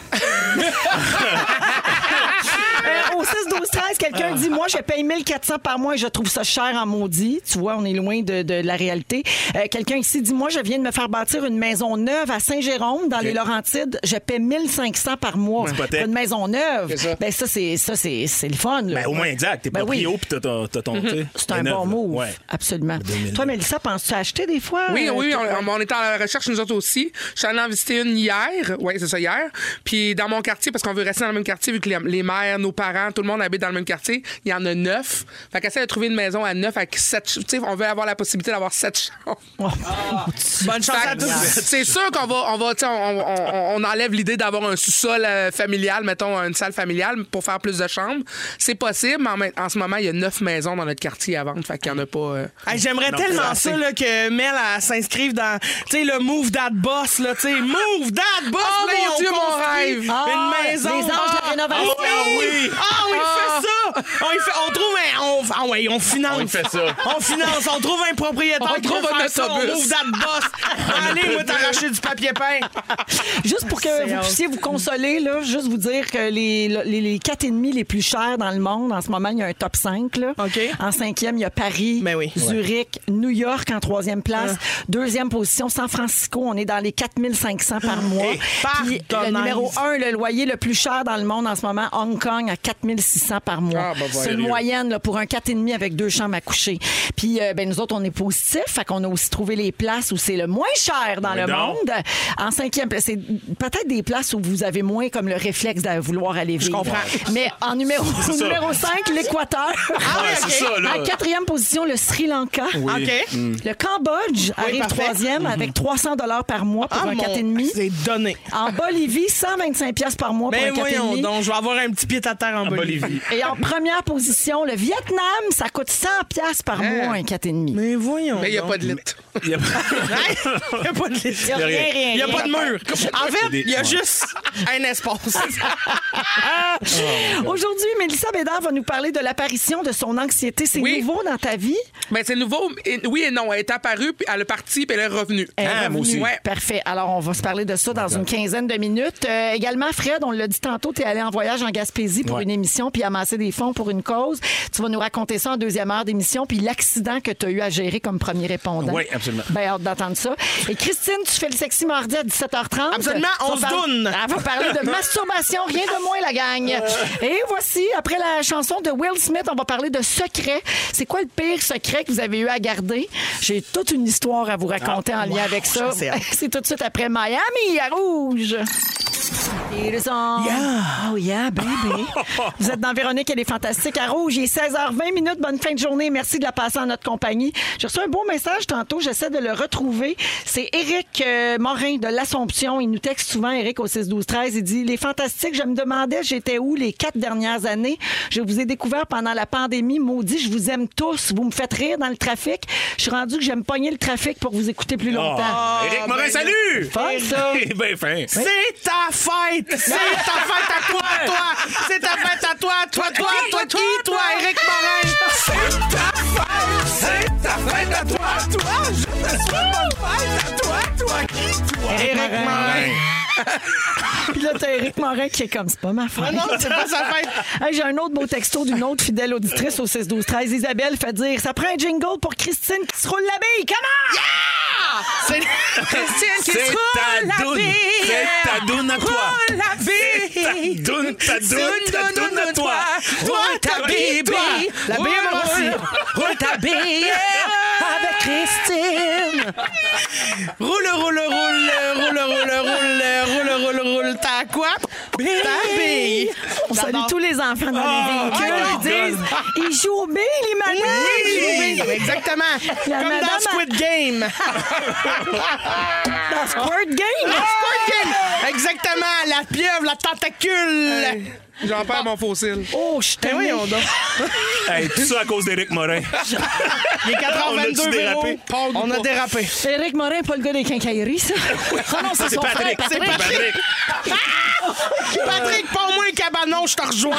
Euh, au 6, 12, 13, quelqu'un dit Moi, je paye 1400 par mois et je trouve ça cher en maudit. Tu vois, on est loin de, de la réalité. Euh, quelqu'un ici dit Moi, je viens de me faire bâtir une maison neuve à Saint-Jérôme, dans les Laurentides. Je paie 1500 par mois.
Hypothèque.
Une maison neuve.
C'est ça.
Ben, ça, c'est ça, c'est c'est le fun. là.
Ben, au moins, exact. T'es
Ben oui. Mm-hmm.
proprio, puis t'as ton. t'as ton- t'sais,
C'est un
t'es
bon
neuf, là.
move.
Ouais.
Absolument. Toi, Mélissa, penses-tu acheter des fois?
Oui,
euh,
oui,
toi?
on, on est à la recherche, nous autres aussi. Je suis allée en visiter une hier. Oui, c'est ça, hier. Puis dans mon quartier, parce qu'on veut rester dans le même quartier, vu que les, les mères, nos parents, tout le monde habite dans le même quartier, il y en a neuf. Fait qu'essayer de trouver une maison à neuf avec sept. ch- Tu sais, on veut avoir la possibilité d'avoir sept [laughs] chambres.
Oh,
Bonne chance
Fait
à
que
tous.
[laughs] C'est sûr qu'on va, on va, tu sais, on, on- on enlève l'idée d'avoir un sous-sol euh, familial, mettons une salle familiale pour faire plus de chambres. C'est possible, mais en même- en, ce moment, il y a neuf maisons dans notre quartier à vendre, fait qu'il n'y en a pas. euh.
Hey, J'aimerais tellement ça là, que Mel elle s'inscrive dans tu sais, le Move That Boss. Là, tu sais, move That Boss!
Oh,
là,
mon
ils ont
Dieu, mon
construit
rêve.
Ah,
Une maison!
les anges de la
Ah,
rénovation.
oui! Ah oui!
Ah.
il fait ça! On, y fait, on trouve un... On, ah ouais, on finance.
On y fait ça.
On finance. On trouve un propriétaire
On
qui
trouve
veut
un
faire ça, On
autobus.
Move That Boss. Allez, moi, t'arracher du papier peint.
Juste pour que vous puissiez vous consoler, là, juste vous dire que les, les, les 4,5 les plus chers dans le monde, en ce moment, il y a un top 5. Là.
OK.
En cinquième, il y a Paris,
Ben oui. Ah.
Zurich, New York en troisième place. Deuxième position, San Francisco, on est dans les 4500 par mois. Puis le
pardonnaise.
numéro un, le loyer le plus cher dans le monde en ce moment, Hong Kong, à 4600 par mois.
Ah,
bah,
ben, ben,
C'est une
sérieux.
moyenne là, pour un 4,5 avec deux chambres à coucher. Puis euh, ben, nous autres, on est positifs, fait qu'on a aussi trouvé les places où c'est le moins cher dans
Oui,
le
donc.
monde. Euh, En cinquième, place, c'est peut-être des places où vous avez moins comme le réflexe de vouloir aller vivre.
comprends.
Mais en numéro,
ça.
numéro 5, l'Équateur.
Ouais,
ok.
c'est ça, là.
En quatrième position, le Sri Lanka.
OK?
Le Cambodge arrive
parfait.
troisième avec 300 dollars par mois pour
Ah,
un
mon-
4,5.
C'est donné.
En Bolivie, 125 pièces par mois
Ben
pour un
voyons
4,5.
donc, je vais avoir un petit pied à terre en Bolivie.
Bolivie.
Et en première position, le Vietnam, ça coûte 100 pièces par
Hein?
mois, un 4,5.
Mais voyons
Mais il n'y a
donc.
pas de [laughs] lit.
Il y a-
[laughs] Il n'y a pas de liste.
[laughs] Il y a rien, rien,
Il n'y a
rien.
pas de mur. En fait, il y a
Ouais.
[laughs]
juste un espace.
Aujourd'hui, Mélissa Bédard va nous parler de l'apparition de son anxiété. C'est
Oui.
nouveau dans ta vie?
Ben, c'est nouveau. Et- oui et non. Elle est apparue, puis elle est partie, puis elle est revenue.
Elle est
Ah,
revenue.
moi aussi.
Ouais.
Parfait. Alors, on va se parler de ça dans une quinzaine de minutes. Euh, également, Fred, on l'a dit tantôt, tu es allé en voyage en Gaspésie pour
Ouais.
une émission puis amasser des font pour une cause. Tu vas nous raconter ça en deuxième heure d'émission, puis l'accident que tu as eu à gérer comme premier répondant.
Oui, absolument.
Ben, hâte d'entendre ça. Et Christine, tu fais le sexy mardi à 17h30.
Absolument, on
Tu vas
se
par-
donne.
Elle va parler de masturbation, rien de moins, la gang. Et voici, après la chanson de Will Smith, on va parler de secrets. C'est quoi le pire secret que vous avez eu à garder? J'ai toute une histoire à vous raconter en lien avec ça.
ça, c'est hâte.
[laughs] C'est tout de suite après Miami à Rouge. Ils sont... Oh yeah, baby. Vous êtes dans Véronique, elle est fantastique à Rouge. Il est 16h20 minutes. Bonne fin de journée. Merci de la passer en notre compagnie. J'ai reçu un beau message tantôt. J'essaie de le retrouver. C'est Éric euh, Morin de l'Assomption. Il nous texte souvent, Éric, au 6-12-13. Il dit, les fantastiques, je me demandais, j'étais où les quatre dernières années? Je vous ai découvert pendant la pandémie. Maudit, je vous aime tous. Vous me faites rire dans le trafic. Je suis rendu que j'aime pogner le trafic pour vous écouter plus longtemps.
Ah, Éric
Ah,
Morin,
ben,
salut! [laughs]
Fun, ça.
ben fin.
C'est ta fête! C'est ta fête à toi, toi! C'est ta fête à toi, toi, toi, toi, qui, toi, Eric Morin!
C'est ta fête, c'est ta fête à toi, toi, je te souhaite bonne fête à toi, toi qui, toi.
Éric Morin. Puis là, t'as Éric Morin qui est comme, c'est pas ma
Ah
fête.
non, c'est pas sa fête!
Hey, J'ai un autre beau texto d'une autre fidèle auditrice au 6-12-13. Isabelle fait dire Ça prend un jingle pour Christine qui se roule la bille. Comment?
C'est
Christine qui
C'est
se roule
ta
la
doune!
bille.
C'est ta doune à toi!
Roule la bille.
Doune, ta doune,
Doune,
ta
doune,
doune à
doune,
toi!
Toi, ta
ta
bille,
bille, toi.
La bille, moi aussi. Roule ta bille avec Christine.
roule, roule, roule, roule, roule, roule, roule, roule, roule, t'as quoi? Ta bille!
On salue tous les enfants dans
Oh,
les véhicules.
oh,
Ils disent Ils jouent aux billes, les
Oui,
mamans.
exactement.
La
Comme
madame
dans Squid Game.
Dans Squirt Game.
Dans Squid Game. Exactement. La pieuvre, la tentacule.
J'en perds mon fossile.
Oh, je
Ben
t'aime.
voyons donc.
Hey, tout ça à cause d'Éric
[laughs]
Morin.
Il est 4h22,
On a-tu
Véro.
dérapé?
On a dérapé.
Éric Morin, pas le gars des quincailleries,
[laughs]
ça. Ah non, c'est
C'est
son frère,
Patrick.
Patrick.
C'est Patrick.
Patrick, pas moi un cabanon, je te rejoins.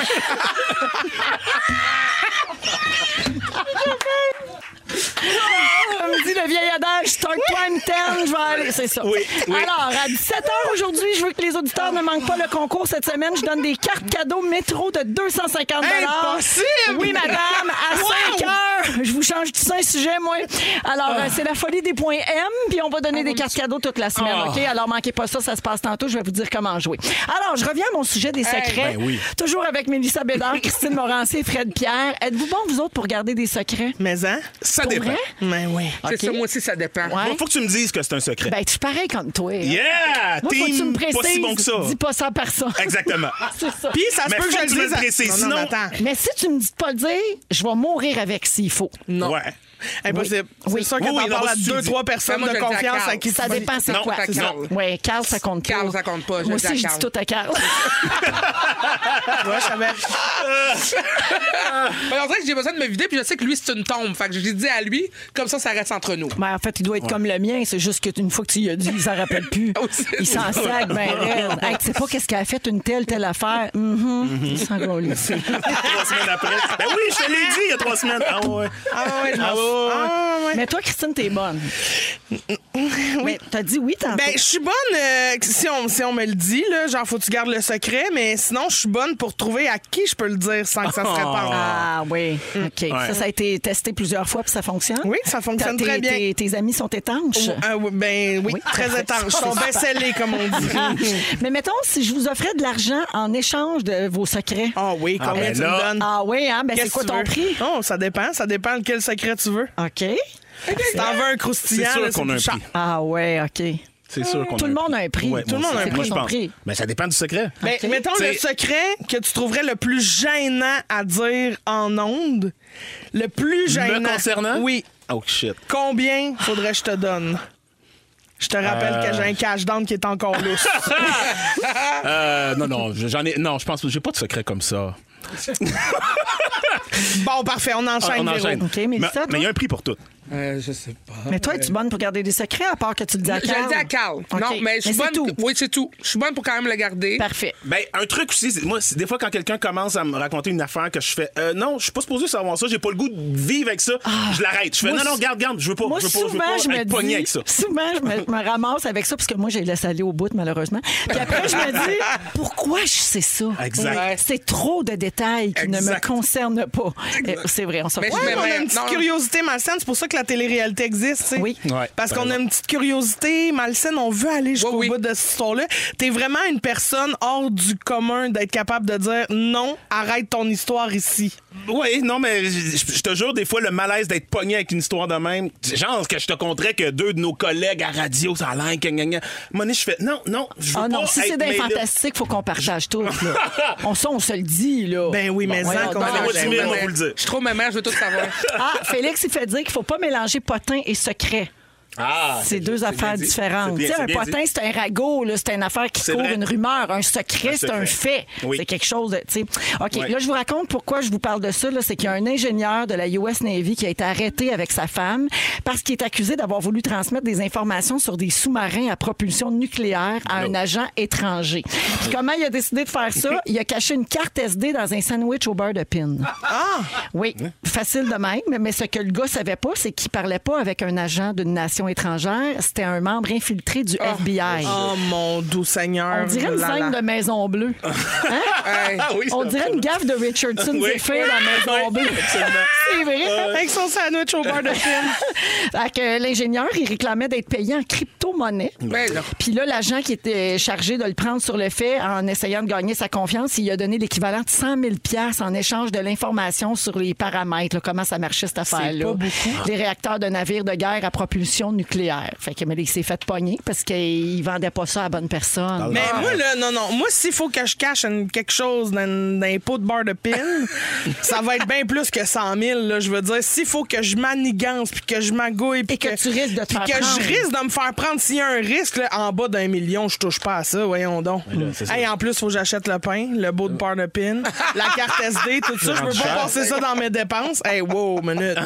Comme dit le vieil adage, start time 10, je vais aller. C'est ça.
Oui, oui.
Alors, à 17h aujourd'hui, je veux que les auditeurs ne manquent pas le concours cette semaine. Je donne des cartes cadeaux métro de 250
Impossible!
Oui, madame, à
Wow!
5 heures. Je vous change tout ça un sujet, moi. Alors, euh, c'est la folie des points M, puis on va donner des cartes cadeaux toute la semaine, OK? Alors, manquez pas ça, ça se passe tantôt. Je vais vous dire comment jouer. Alors, je reviens à mon sujet des secrets.
Ben oui.
Toujours avec Mélissa Bédard, Christine Morancé, Fred Pierre. Êtes-vous bons, vous autres, pour garder des secrets?
Mais hein?
Ça dépend.
Mais oui.
C'est ça, moi aussi, ça dépend.
Ouais.
Faut- Faut que tu me dises que c'est un secret.
Ben, tu suis pareil comme toi. hein.
Yeah!
Moi, faut que tu me
Team,
précises.
pas si bon que ça.
Dis pas ça à personne.
Exactement.
[laughs] C'est ça.
Puis ça se
Mais
peut que
faut
je
que
le
tu me le
dise. à-
précises,
Non, non, mais
sinon-
attends.
Mais si tu me dis de pas le dire, je vais mourir avec s'il faut.
Non.
Ouais.
Impossible.
Oui.
C'est sûr Eh, que t'en
Oui, oui,
parles
non,
à
si tu
deux,
dis-
trois personnes
Moi, je
de
le dis à
confiance
Carl.
à qui tu
Ça
vas-
dépend c'est
Non,
quoi.
à Carl.
Oui, Carl, ça compte pas.
Carl, ça compte pas, je
Moi
le
aussi,
dis à
je dis
Carl.
tout à [laughs] Carl.
Ah, Ouais, je savais.
Ben, on dirait que j'ai besoin de me vider, puis je sais que lui, c'est une tombe. Fait que je l'ai dit à lui, comme ça, ça reste entre nous.
Mais Ben, en fait, il doit être comme le mien. C'est juste qu'une fois que tu y as dit, il s'en rappelle
[laughs]
plus.
Ah oui, c'est
il s'en
ça.
sac, ben raide. [laughs] Hey, tu sais pas qu'est-ce qu'elle a fait une telle, telle affaire. Mhm. Il s'en gaule.
[laughs]
[laughs]
trois semaines après. Ben oui, je te l'ai dit il y a trois semaines. Ah ouais.
Ah ouais, je m'en
Ah ouais, ouais, ouais.
Ah ouais.
Mais toi, Christine, t'es bonne. Oui. T'as dit oui tantôt.
Ben, je suis bonne euh, si, on, si on me le dit, là, genre, faut que tu gardes le secret, mais sinon, je suis bonne pour trouver à qui je peux le dire sans que ça se répande.
Ah oui, OK. Ça, ça a été testé plusieurs fois puis ça fonctionne?
Oui, ça fonctionne
T'as-
très
tes-
bien.
Tes, tes amis sont étanches?
Ah oui, ben oui,
Oui,
très
parfait.
étanche. Ils sont bien scellés, comme on dit.
Ah. Mais mettons, si je vous offrais de l'argent en échange de vos secrets.
Ah oui,
Ah,
combien
ben
tu
là.
me donnes?
Ah oui, hein? Ben, c'est
Qu'est-ce
quoi
que tu
ton
veux? Ah.
prix?
Oh, ça dépend. Ça dépend de quel secret tu veux.
OK.
Si t'en veux un croustillant,
C'est sûr
là,
qu'on a un
plus cher.
prix.
Ah ouais, OK.
C'est sûr qu'on
Tout
a
le monde a un prix.
Ouais,
Tout
moi
le monde
aussi.
a un
Moi,
prix.
je
Ton
pense.
prix.
Ben, ça dépend du secret.
Ben,
OK.
mettons le
T'sais-
secret que tu trouverais le plus gênant à dire en ondes. Le plus gênant.
Me concernant?
Oui.
Oh shit.
Combien faudrait que je te donne? Je te rappelle
Euh.
que j'ai un cash down qui est encore
[laughs]
lousse.
Euh, non, non, je- j'en ai. Non, je pense que j'ai pas de secret comme ça.
bon, parfait, on
Ah,
enchaîne.
on
Véro.
enchaîne.
OK, mais ça, toi?
il y a un prix pour tout.
Euh, je sais pas.
Mais toi, es-tu bonne pour garder des secrets à part que tu le dis à
Je
Carl?
le dis à Carl.
OK.
Non, mais je suis
c'est
bonne.
tout.
Oui, c'est tout. Je suis bonne pour quand même le garder.
Parfait.
Ben, un truc aussi, c'est- moi, c'est- des fois, quand quelqu'un commence à me raconter une affaire que je fais, euh, non, je suis pas supposé savoir ça, j'ai pas le goût de vivre avec ça, je l'arrête. Je fais,
Ah, Moi,
non, non,
sou-
garde, garde, je veux pas,
Moi,
je veux pas, je veux
souvent,
pas
je me
être pogné
dis-
avec ça.
Souvent, je me, je me ramasse avec ça parce que moi, j'ai laissé aller au bout, malheureusement. Puis après, je me
[laughs]
dis, pourquoi je sais ça?
Exact.
Ouais.
C'est trop de détails qui ne me
Exact.
concernent pas. Euh, C'est vrai, on se
Mais je
Ouais,
mets
on a-
ma-
mais,
une petite
non.
curiosité malsaine, c'est pour ça que la télé-réalité existe, tu sais.
Oui.
Ouais,
Parce
t'as
qu'on a
raison.
une petite curiosité malsaine, on veut aller jusqu'au
Oui, oui.
bout de cette histoire-là. T'es vraiment une personne hors du commun d'être capable de dire non, arrête ton histoire ici.
Oui, non, mais je je te jure, des fois, le malaise d'être pogné avec une histoire de même, genre que je te conterais que deux de nos collègues à radio, ça a l'air, gna, gna, gna. Money, je fais, non, non, je veux
Ah
pas
non, si
être
c'est des
mêlé.
fantastiques, faut qu'on partage tout.
[laughs]
là. on, ça, on se le dit, là.
Ben oui, mais en
voyons
qu'on
donc.
moi,
je
tu
suis
m'aimes, on
maman.
vous le dit.
Je suis trop maman, je veux tout savoir.
[laughs]
Ah, Félix, il fait dire qu'il faut pas mélanger potin et secret.
Ah,
C'est deux affaires
bien dit.
différentes.
C'est bien-
Tu sais,
c'est
un
bien dit.
potin, c'est un ragot, là, c'est une affaire qui
C'est
court,
vrai.
une rumeur. Un secret,
Un
c'est un
secret.
fait.
Oui.
C'est quelque chose de. tu sais. OK,
Ouais.
là, je vous raconte pourquoi je vous parle de ça. là. C'est qu'il y a un ingénieur de la US Navy qui a été arrêté avec sa femme parce qu'il est accusé d'avoir voulu transmettre des informations sur des sous-marins à propulsion nucléaire à un agent étranger. Puis comment il a décidé de faire ça? Il a caché une carte SD dans un sandwich au beurre de pin. Oui, facile de même, mais ce que le gars savait pas, c'est qu'il parlait pas avec un agent d'une nation étrangère, c'était un membre infiltré du
Ah.
FBI.
Oh mon doux Seigneur.
On
Oh
dirait une
là
scène
là.
de Maison
[laughs]
Bleue. Hein?
Ah oui,
On
ça-
dirait une gaffe de Richardson
Oui. Euh.
Zephyr dans Maison Bleue. [laughs] C'est vrai.
Avec son sandwich
[laughs]
au beurre de film.
Fait que l'ingénieur, il réclamait d'être payé en crypto-monnaie.
Mais là,
Puis là, l'agent qui était chargé de le prendre sur le fait en essayant de gagner sa confiance, il a donné l'équivalent de 100 000 en échange de l'information sur les paramètres, là, comment ça marchait cette affaire-là.
pas beaucoup.
Les réacteurs de navires de guerre à propulsion nucléaire. Fait que, mais il s'est fait pogner parce qu'il vendait pas ça à la bonne
Ah
personne.
Mais moi, là, non, non. Moi, s'il faut que je cache une- quelque chose dans, une- dans un pot de beurre
[laughs]
de pin, ça va être bien plus que 100 000. Là, je veux dire, s'il faut que je manigance, puis que je magouille, puis
Et que tu risques de te
puis
faire
que
prendre.
je risque de me faire prendre. S'il y a un risque, là, en bas d'un million, je touche pas à ça, voyons donc.
c'est ça.
Hey, en plus, faut que j'achète le pain, le beau de beurre de pin, la carte SD, tout ça. Je
rendu
peux
cher.
pas passer ça dans mes dépenses. Hey, wow, minute.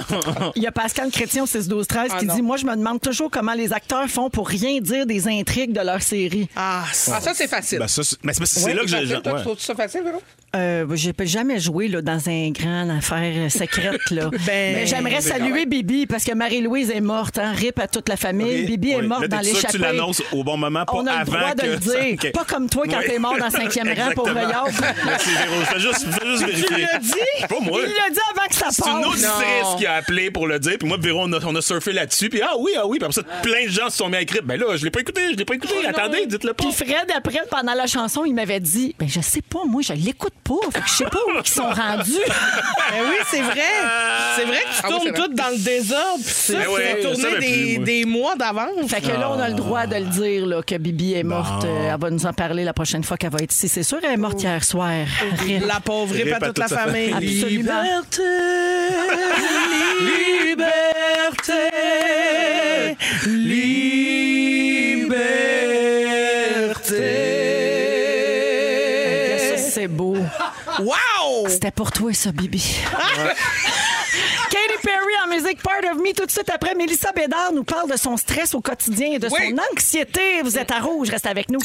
Il y a Pascal Chrétien au 6 12 13 qui
non.
dit Moi, je me demande toujours comment les acteurs font pour rien dire des intrigues de leur série.
Ah, ça.
Ah, ça, c'est facile.
Ben, ça, c'est mais c'est parce que c'est là que
Facile,
j'ai.
toi,
ouais.
Tu trouves ça facile, Véro?
Euh, j'ai pas jamais joué là, dans un grand affaire euh, secrète.
[laughs]
Là.
Ben,
Mais j'aimerais saluer Bibi parce que Marie-Louise est morte. Hein, rip à toute la famille.
Oui.
Bibi est
Oui.
morte
Là, t'es
dans
sûr que
l'échappée.
Tu l'annonces au bon moment, pas
On a le
avant
droit de
que...
le dire.
[laughs] OK.
Pas comme toi quand
Oui.
t'es mort dans
[laughs]
cinquième rang, pauvre
Exactement.
Yard.
[laughs] Merci, Véro. Fais juste, fais juste vérifier.
l'as dit?
Pas moi.
Il l'a dit avant que ça
C'est une
passe.
auditrice
Non.
qui a appelé pour le dire. Puis moi, Véro, on a, on a surfé là-dessus. Puis ah oui, ah oui. Puis après ça, plein de gens se sont mis à écrire. Ben là, je l'ai pas écouté, je l'ai pas écouté. Attendez, dites-le pas.
Oh Puis Fred, après, pendant la chanson, il m'avait dit Ben, je sais pas, moi, je l'écoute pas. Fait que je sais pas où ils sont rendus.
Ben oui, c'est vrai. C'est vrai que tu
Ah oui,
tournes
c'est vrai.
tout dans le désordre. Puis ça,
Ben
tu
ouais,
vas
je
tourner
savais
des,
plus, moi.
des mois d'avance.
Fait que là, on a le droit de le dire, là, que Bibi est morte. Euh, elle va nous en parler la prochaine fois qu'elle va être ici. C'est sûr, elle est morte hier soir.
Oh.
Rip.
La pauvre rip à toute la famille.
Absolument.
Liberté, liberté.
Regarde ça, c'est beau.
Wow!
C'était pour toi, ça, Bibi. [laughs] Katy Perry en musique Part of Me, tout de suite après. Mélissa Bédard nous parle de son stress au quotidien et de
Oui.
son anxiété. Vous êtes à rouge, reste avec nous.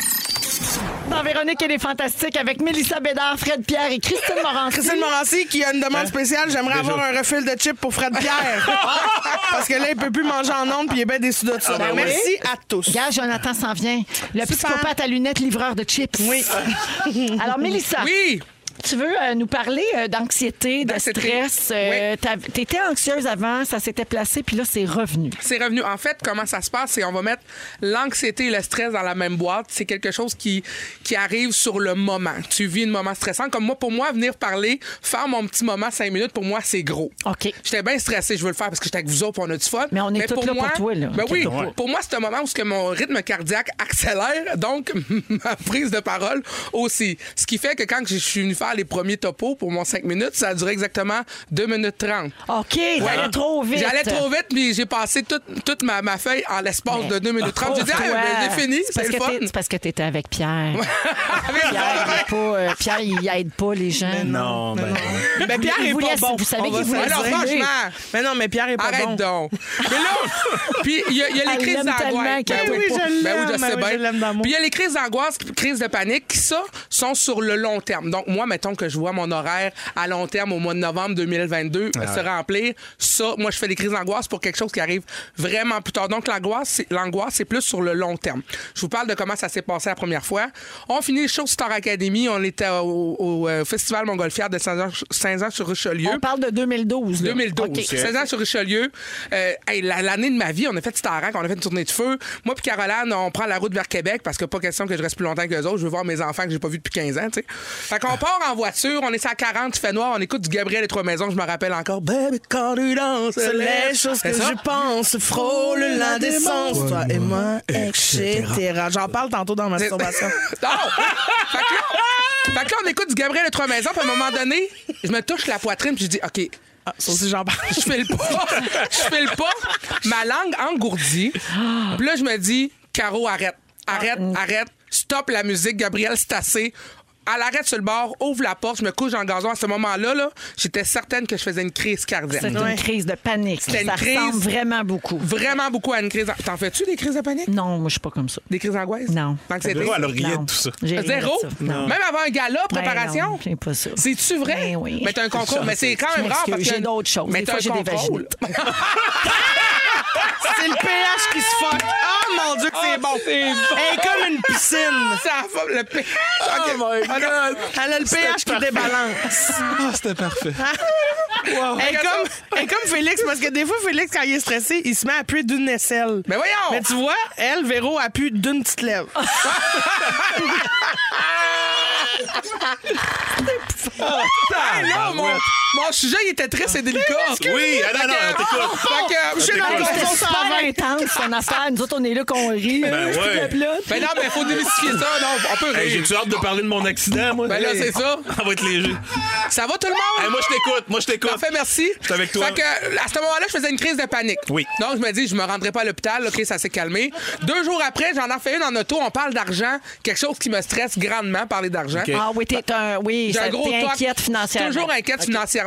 Dans Véronique, elle est fantastique avec Mélissa Bédard, Fred Pierre et Christine Morancy.
Christine Morancy qui a une
Hein?
demande spéciale. J'aimerais avoir un refil de chips pour Fred
[laughs]
Pierre. Parce que là, il peut plus manger en ondes puis il est bien déçu de ça.
ben oui.
Merci à tous.
Gars, Jonathan s'en vient. Le psychopathe à lunettes, livreur de chips.
Oui.
[laughs] Alors, Mélissa.
Oui!
Tu veux euh, nous parler euh, d'anxiété, de
D'anxiété.
stress. euh, t'av- T'étais anxieuse avant, ça s'était placé, puis là, c'est revenu.
C'est revenu. En fait, comment ça se passe, c'est on va mettre l'anxiété et le stress dans la même boîte. C'est quelque chose qui, qui arrive sur le moment. Tu vis un moment stressant. Comme moi, pour moi, venir parler, faire mon petit moment cinq minutes, pour moi, c'est gros.
OK.
J'étais bien stressée, je veux le faire parce que j'étais avec vous autres, puis on a du fun.
Mais on est toutes là pour toi, là.
Ben oui,
Inquiète-toi
pour moi, c'est un moment où ce que mon rythme [laughs] cardiaque accélère, donc ma prise de parole aussi. Ce qui fait que quand je suis venue faire les premiers topos pour mon 5 minutes, ça a duré exactement 2 minutes 30.
OK, t'allais trop vite.
J'allais trop vite, puis j'ai passé toute, toute ma, ma feuille en l'espace de 2 minutes 30. J'ai dit, ah,
Pauvre
ben,
toi.
j'ai fini,
parce
c'est le
que
fun. Ah,
t'es- c'est parce que t'étais avec Pierre.
[laughs] Avec
Pierre, il est pas, euh, Pierre, il aide pas les gens.
Non, ben.
Ben, Pierre
Il
est
vous
pas
laisse-
bon.
vous savez
on va
qu'il
se
vous
le
laisse
dire.
aller.
franchement. Mais non, mais Pierre est pas
Arrête
bon.
donc. Mais là, puis il y a, il y a
Elle
les crises
l'aime tellement
d'angoisse.
qu'elle
Ben oui, je
ben oui,
l'aime,
je sais
ben oui, je l'aime
bien.
d'amour.
Puis il y a les crises d'angoisse, crises de panique, qui ça sont sur le long terme. Donc moi, mettons que je vois mon horaire à long terme au mois de novembre 2022 se remplir. Ça, moi, je fais des crises d'angoisse pour quelque chose qui arrive vraiment plus tard. Donc l'angoisse, c'est- l'angoisse, c'est plus sur le long terme. Je vous parle de comment ça s'est passé la première fois. On finit les shows Star Academy. On était au, au, euh, Festival Montgolfière de Saint-Jean-sur-Richelieu.
On parle de 2012. là.
2012.
OK.
16 ans sur Richelieu. Euh, hey, la- L'année de ma vie, on a fait Starac, on a fait une tournée de feu. Moi puis Caroline, on prend la route vers Québec parce que pas question que je reste plus longtemps que les autres. Je veux voir mes enfants que j'ai pas vus depuis 15 ans. tu sais. Fait qu'on part en voiture, on est à 40, il fait noir, on écoute du Gabriel et Trois Maisons. Je me rappelle encore. Baby, quand tu danses,
C'est les
laisse.
choses que
C'est ça?
je pense frôle l'indécence. Toi et moi, etc. J'en parle tantôt dans ma masturbation.
Non! fait, que là, fait que là, on écoute du Gabriel et Trois Maisons, puis à un moment donné, je me touche la poitrine, puis je dis, OK,
Ah, ça aussi, j'en parle.
je fais le pas. Je fais le pas. Ma langue engourdie. Puis là, je me dis, Caro, arrête. Arrête,
Ah.
arrête. Stop la musique, Gabriel, c'est assez. Elle arrête sur le bord, ouvre la porte, je me couche en gazon. À ce moment-là, là, j'étais certaine que je faisais une crise cardiaque.
C'est une crise de panique.
C'était une
ça
crise.
ressemble vraiment beaucoup.
Vraiment beaucoup à une crise. T'en fais-tu des crises de panique?
Non, moi, je suis pas comme ça.
Des crises d'angoisse?
Non.
D'anxiété?
Zéro, alors, rien
Non,
de tout ça.
j'ai rien de
Zéro?
ça. Non.
Même avant un gala,
Ben
préparation?
non, j'ai pas ça.
C'est-tu vrai?
Ben oui.
Mais t'as un contrôle, mais c'est quand
Je
même rare parce que.
m'excuse, j'ai d'autres choses.
Mais
Des
t'as
fois,
un
j'ai des
contrôle.
[laughs] C'est le pH qui se fuck. Oh mon Dieu, que c'est bon. Elle est comme une piscine.
[laughs] Ça va, le p- Ok.
Elle a- Elle a le pH qui débalance.
Ah, c'était parfait.
Elle est comme, elle est comme Félix, parce que des fois, Félix, quand il est stressé, il se met à plus d'une aisselle.
Mais voyons!
Mais tu vois, elle, Véro, a pu d'une petite lèvre.
Ah, non, mon, mon sujet, il était triste et délicat. oh,
Oui, Ben ah, non, Ah, non, on t'écoute.
Fait que, je suis dans le
Hey,
gazon.
C'était super intense, son affaire. Nous autres, on est là qu'on rit.
Ben
Je
ouais.
te plaide.
Ben non, mais faut démystifier ça. Non, on peut
Hey,
rire.
J'ai-tu hâte de parler de mon accident, moi?
Ben là,
Hey.
c'est ça.
[laughs] On va être léger.
Ça va, tout le monde?
Hey, moi, je t'écoute. Moi, je t'écoute.
Parfait, merci.
Je suis avec toi.
Fait que, à ce moment-là, je faisais une crise de panique.
Oui.
Donc, je me dis, je me rendrai pas à l'hôpital. OK, ça s'est calmé. Deux jours après, j'en ai fait une en auto. On parle d'argent. Quelque chose qui me stresse grandement, parler d'argent.
OK.
Ah oui, t'es un. Oui,
J'ai
ça-
un gros
t'es
toc.
inquiète financièrement. Ah,
Toujours inquiète financièrement.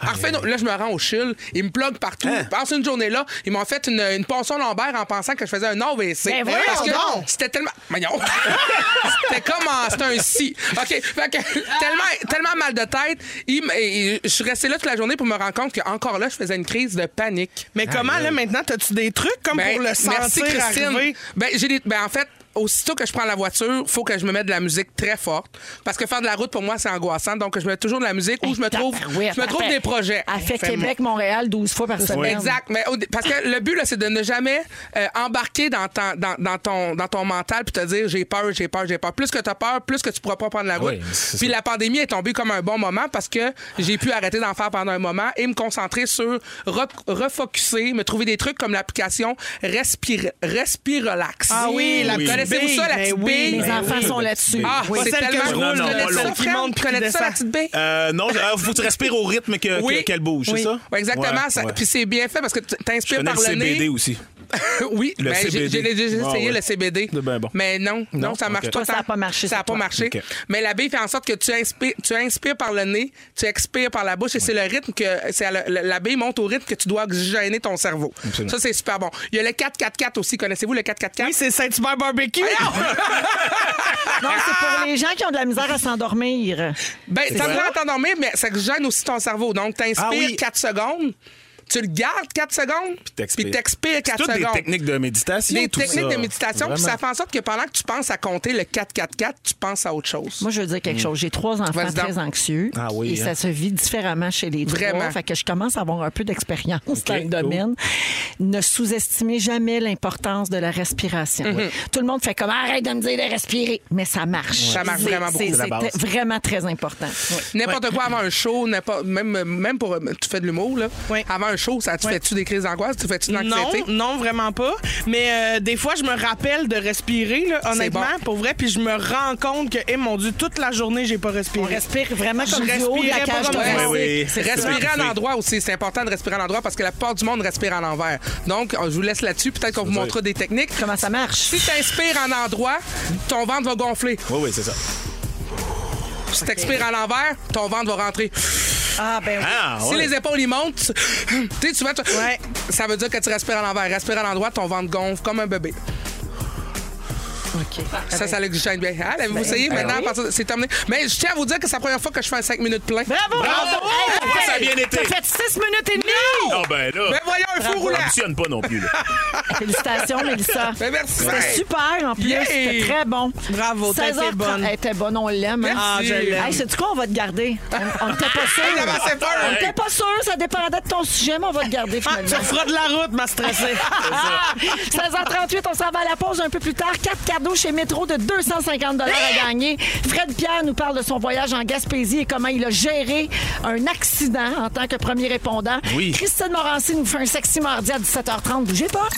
Parfait, non, là, je me rends au chul. Ils me pluguent partout. Passe une journée là. Ils m'ont fait une, une ponction lombaire en pensant que je faisais un AVC.
Ben voyons
parce que
donc.
c'était tellement. Voyons. [laughs] c'était comme en- C'était un si. OK. Fait que [laughs] tellement, tellement mal de tête. Ils m- et- et je suis restée là toute la journée pour me rendre compte qu'encore là, je faisais une crise de panique.
Mais comment, là, maintenant, t'as-tu des trucs comme
Ben,
pour le sentir
merci, Christine.
arriver?
Ben, j'ai des- ben, en fait, aussitôt que je prends la voiture, faut que je me mette de la musique très forte. Parce que faire de la route, pour moi, c'est angoissant. Donc, je mets toujours de la musique où je me trouve,
Tabarouette.
je me trouve
Elle fait-
des projets.
Elle fait
Fais-moi.
Québec, Montréal 12 fois par semaine.
Exact. Mais au dé- parce que le but, là, c'est de ne jamais euh, embarquer dans, ton- dans, dans ton, dans ton mental puis te dire j'ai peur, j'ai peur, j'ai peur. Plus que tu as peur, plus que tu pourras pas prendre la route.
Oui, c'est
puis la pandémie est tombée comme un bon moment parce que j'ai pu arrêter d'en faire pendant un moment et me concentrer sur re- refocuser, me trouver des trucs comme l'application Respire, Respirelax.
Ah oui, la petite
Connaissez-vous ça, la
bille?
petite
Ben oui.
bille?
Les
Ben
enfants
oui.
sont là-dessus.
Ah,
Oui.
c'est
Pas celle que
tellement
je
roule, non,
Connais-tu
pas
ça,
l'autre.
Qui monte puis
Fred?
qui
Connais-tu ça, la
descend.
petite bille?
Euh, non, il faut que tu respires au rythme que- que-
Oui.
qu'elle bouge, c'est ça?
Ouais, exactement.
Ouais,
ça-
ouais.
Puis c'est bien fait parce que tu
Je
t'inspires
connais
par
le
le,
CBD
nez.
aussi. [laughs]
oui,
Le
mais Ben,
CBD.
j'ai- j'ai déjà
Ah
essayé
ouais.
le CBD.
C'est ben bon.
Mais non, non,
Non?
ça marche
Ok.
pas.
Ça, ça a pas marché
Ça a
sur
pas
toi.
marché.
Ok.
Mais la bille fait en sorte que tu inspires, tu inspires par le nez, tu expires par la bouche et c'est le rythme que c'est à la, la- la bille monte au rythme que tu dois oxygéner ton cerveau.
Absolument.
Ça c'est super bon. Il y a le 444 aussi, connaissez-vous le 444
Oui, c'est Saint-Hubert Barbecue.
[laughs]
Non, c'est
Ah!
pour les gens qui ont de la misère à s'endormir.
Ben,
ça.
ça prend à t'endormir, mais ça gêne aussi ton cerveau. Donc, t'inspires
Ah oui.
4 secondes, tu le gardes 4 secondes,
t'expires.
puis t'expires 4
Toutes des
secondes.
techniques de méditation.
Des
tout
techniques
ça.
de méditation, puis ça fait en sorte que pendant que tu penses à compter le 4-4-4, tu penses à autre chose.
Moi, je veux dire quelque chose. J'ai trois enfants
Vas-y donc.
très anxieux.
Ah oui,
et
hein.
ça se vit différemment chez les
Vraiment.
trois. Fait que je commence à avoir un peu d'expérience dans le domaine. Ne sous-estimez jamais l'importance de la respiration. Tout le monde fait comme Ah, arrête de me dire de respirer. Mais ça marche.
Ça marche
C'est-
vraiment beaucoup.
c'est-
C'est la
C'est vraiment très important.
N'importe quoi avant un show, n'importe- même, même pour. Tu fais de l'humour, là.
Oui.
Avant un chaud, ça te fait-tu des crises d'angoisse? Tu fais-tu de
Non,
l'anxiété?
non, vraiment pas. Mais euh, des fois, je me rappelle de respirer, là, honnêtement,
bon.
pour vrai, puis je me rends compte que, eh mon Dieu, toute la journée, j'ai pas respiré.
On respire vraiment comme du haut de la
respirais pas
cage
comme
thoracique.
ça.
Oui, oui.
C'est ça.
Respirer à
Oui.
l'endroit aussi, c'est important de respirer à l'endroit parce que la plupart du monde respire à l'envers. Donc, euh, je vous laisse là-dessus. Peut-être qu'on vous montrera des techniques.
Comment ça marche?
Si tu inspires en endroit, ton ventre va gonfler.
Oui, oui, c'est ça.
Si tu expires à l'envers, ton ventre va rentrer.
Ah, ben oui.
Ah,
Si
ouais.
les épaules ils montent, tu tu sais, tu vois, tu-
Ouais.
ça veut dire que tu respires à l'envers. Respire à l'endroit, ton ventre gonfle comme un bébé.
OK.
Ça, ça l'exigène bien. Ah, l'avez-vous essayé maintenant? à partir de- C'est terminé. Mais je tiens à vous dire que c'est la première fois que je fais un 5 minutes plein.
Bravo!
Bravo!
Hey, hey,
Ça a bien été.
T'as fait 6 minutes et demie!
Ah, ben
Mais
là,
voyons, un fou
on
roulant!
l'ambitionne pas non plus.
[laughs]
là.
Félicitations, Mélissa.
Mais Ben, merci!
C'était super en plus,
Yeah.
c'était très bon.
Bravo, t'as été
16h30.
bonne.
Elle était bonne, on l'aime. hein?
Ah, je l'aime.
Hey, sais-tu quoi, on va te garder. On on était
[laughs]
pas
Hey, t'avançais
sûr.
pas,
On
hein?
était pas sûr, ça dépendait de ton sujet, mais on va te garder
Ah, tu
finalement.
referas de la route, ma stressée.
16h38, on s'en va à la pause un peu plus tard. Quatre cadeaux chez Métro de 250 à gagner. Fred Pierre nous parle de son voyage en Gaspésie et comment il a géré un accident en tant que premier répondant.
Oui.
Christine Morancy nous fait un sexy mardi à 17h30. Bougez pas.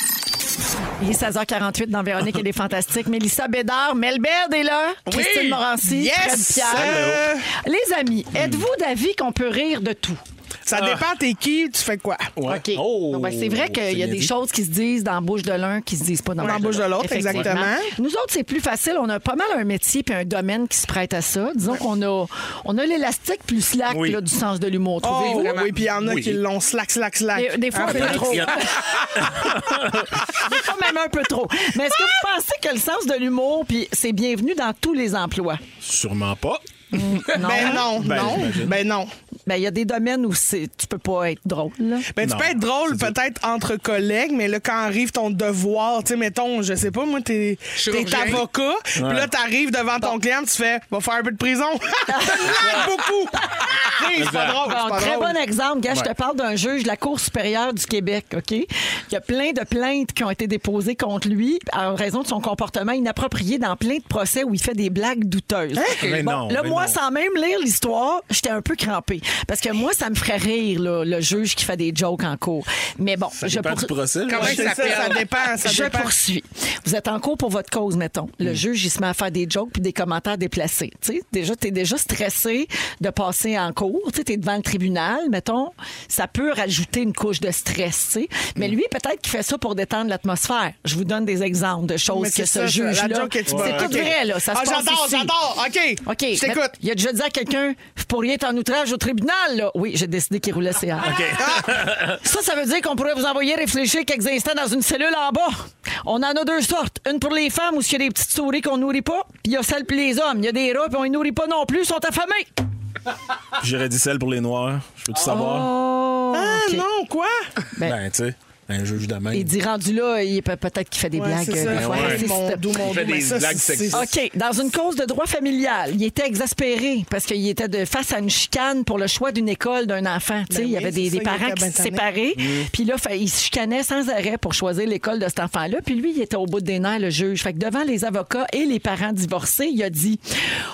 Il est 16h48 dans Véronique et les Fantastiques. Mélissa Bédard, Melbert est là. Christine Morancy,
Yes!
Fred Pierre.
Euh,
Les amis, êtes-vous d'avis qu'on peut rire de tout?
ça dépend, t'es qui, tu fais quoi?
Ouais.
OK.
Oh,
Donc, ben, c'est vrai
c'est
qu'il y a
bien
des
dit.
choses qui se disent dans la bouche de l'un qui se disent pas dans,
Dans la bouche de l'autre,
Effectivement.
exactement.
Nous autres, c'est plus facile. On a pas mal un métier puis un domaine qui se prête à ça. Disons qu'on a, on a l'élastique plus slack
Oui.
là, du sens de l'humour.
Oh,
Trouvez-vous?
oui, puis il y en a
Oui.
qui l'ont slack, slack, slack. Ah,
Des, des fois, un peu trop.
Il y a-
Des fois, même un peu trop. Mais est-ce que vous pensez que le sens de l'humour, puis c'est bienvenu dans tous les emplois?
[laughs] Sûrement pas.
Non. hein?
Ben non,
Ben,
non,
j'imagine.
ben non.
Ben, il y a des domaines où c'est- tu peux pas être drôle. là.
Ben, tu
Non,
peux être drôle peut-être entre collègues, mais là, quand arrive ton devoir, tu sais, mettons, je sais pas, moi, t'es t'es
Chirurgien.
avocat, puis là, t'arrives devant ton client, tu fais, va faire un peu de prison. [laughs] Tu lagues
[laughs]
beaucoup. Tu sais, c'est pas
Exact.
drôle, c'est
Bon,
pas
très
drôle. Ah
bon exemple. Gars, je te
Ouais.
parle d'un juge de la Cour supérieure du Québec, OK? Il y a plein de plaintes qui ont été déposées contre lui en raison de son comportement inapproprié dans plein de procès où il fait des blagues douteuses.
Mais
Bon,
non,
là,
mais
moi,
non.
sans même lire l'histoire, j'étais un peu crampée. Parce que moi, ça me ferait rire, là, le juge qui fait des jokes en cours. Mais bon,
Ça
je
dépend du
pour-
procès. là.
Comment il
C'est ça,
s'appelle?
ça dépend, Hein, ça
je
dépend.
poursuis. Vous êtes en cours pour votre cause, mettons. Le juge, il se met à faire des jokes puis des commentaires déplacés. Tu sais, déjà, t'es déjà stressé de passer en cours. Tu sais, t'es devant le tribunal, mettons. Ça peut rajouter une couche de stress, tu sais. Mais lui, peut-être qu'il fait ça pour détendre l'atmosphère. Je vous donne des exemples de
Mais
choses que ce
c'est ça, ça, la
juge-là.
joke que
C'est
tu
tout
vois. Ok.
vrai, là. Ça se
Ah,
passe
j'adore,
ici.
j'adore. OK.
OK.
Je
mais
t'écoute.
Il a déjà dit à quelqu'un, vous pourriez être en outrage au tribunal, là. Oui, j'ai décidé qu'il roulait ses airs. [laughs] Ça, ça veut dire qu'on pourrait vous envoyer réfléchir quelques instants dans une cellule en bas. On en a deux sortes. Une pour les femmes où il y a des petites souris qu'on nourrit pas, puis il y a celle pour les hommes. Il y a des rats, puis on les nourrit pas non plus, ils sont affamés.
J'aurais dit celle pour les Noirs. Je peux tout savoir.
Oh,
Ah
OK.
non, quoi?
Ben, tu sais, un juge de même.
Oh. Il dit rendu là, il peut- peut-être qu'il fait des
Ouais,
blagues
c'est
euh,
ça.
des fois
Ben Ouais.
racistes.
Mon doux, mon
Il fait
doux, mais
des
ça,
blagues
c'est-
sexistes.
OK. Dans une cause de droit familial, il était exaspéré parce qu'il était de face à une chicane pour le choix d'une école d'un enfant. Tu sais,
Ben
il y avait
oui,
des,
c'est
des
ça, il
parents qui
était
se
bien tanné.
séparaient. Puis là, fa- il se chicanait sans arrêt pour choisir l'école de cet enfant-là. Puis lui, il était au bout des nerfs, le juge. Fait que devant les avocats et les parents divorcés, il a dit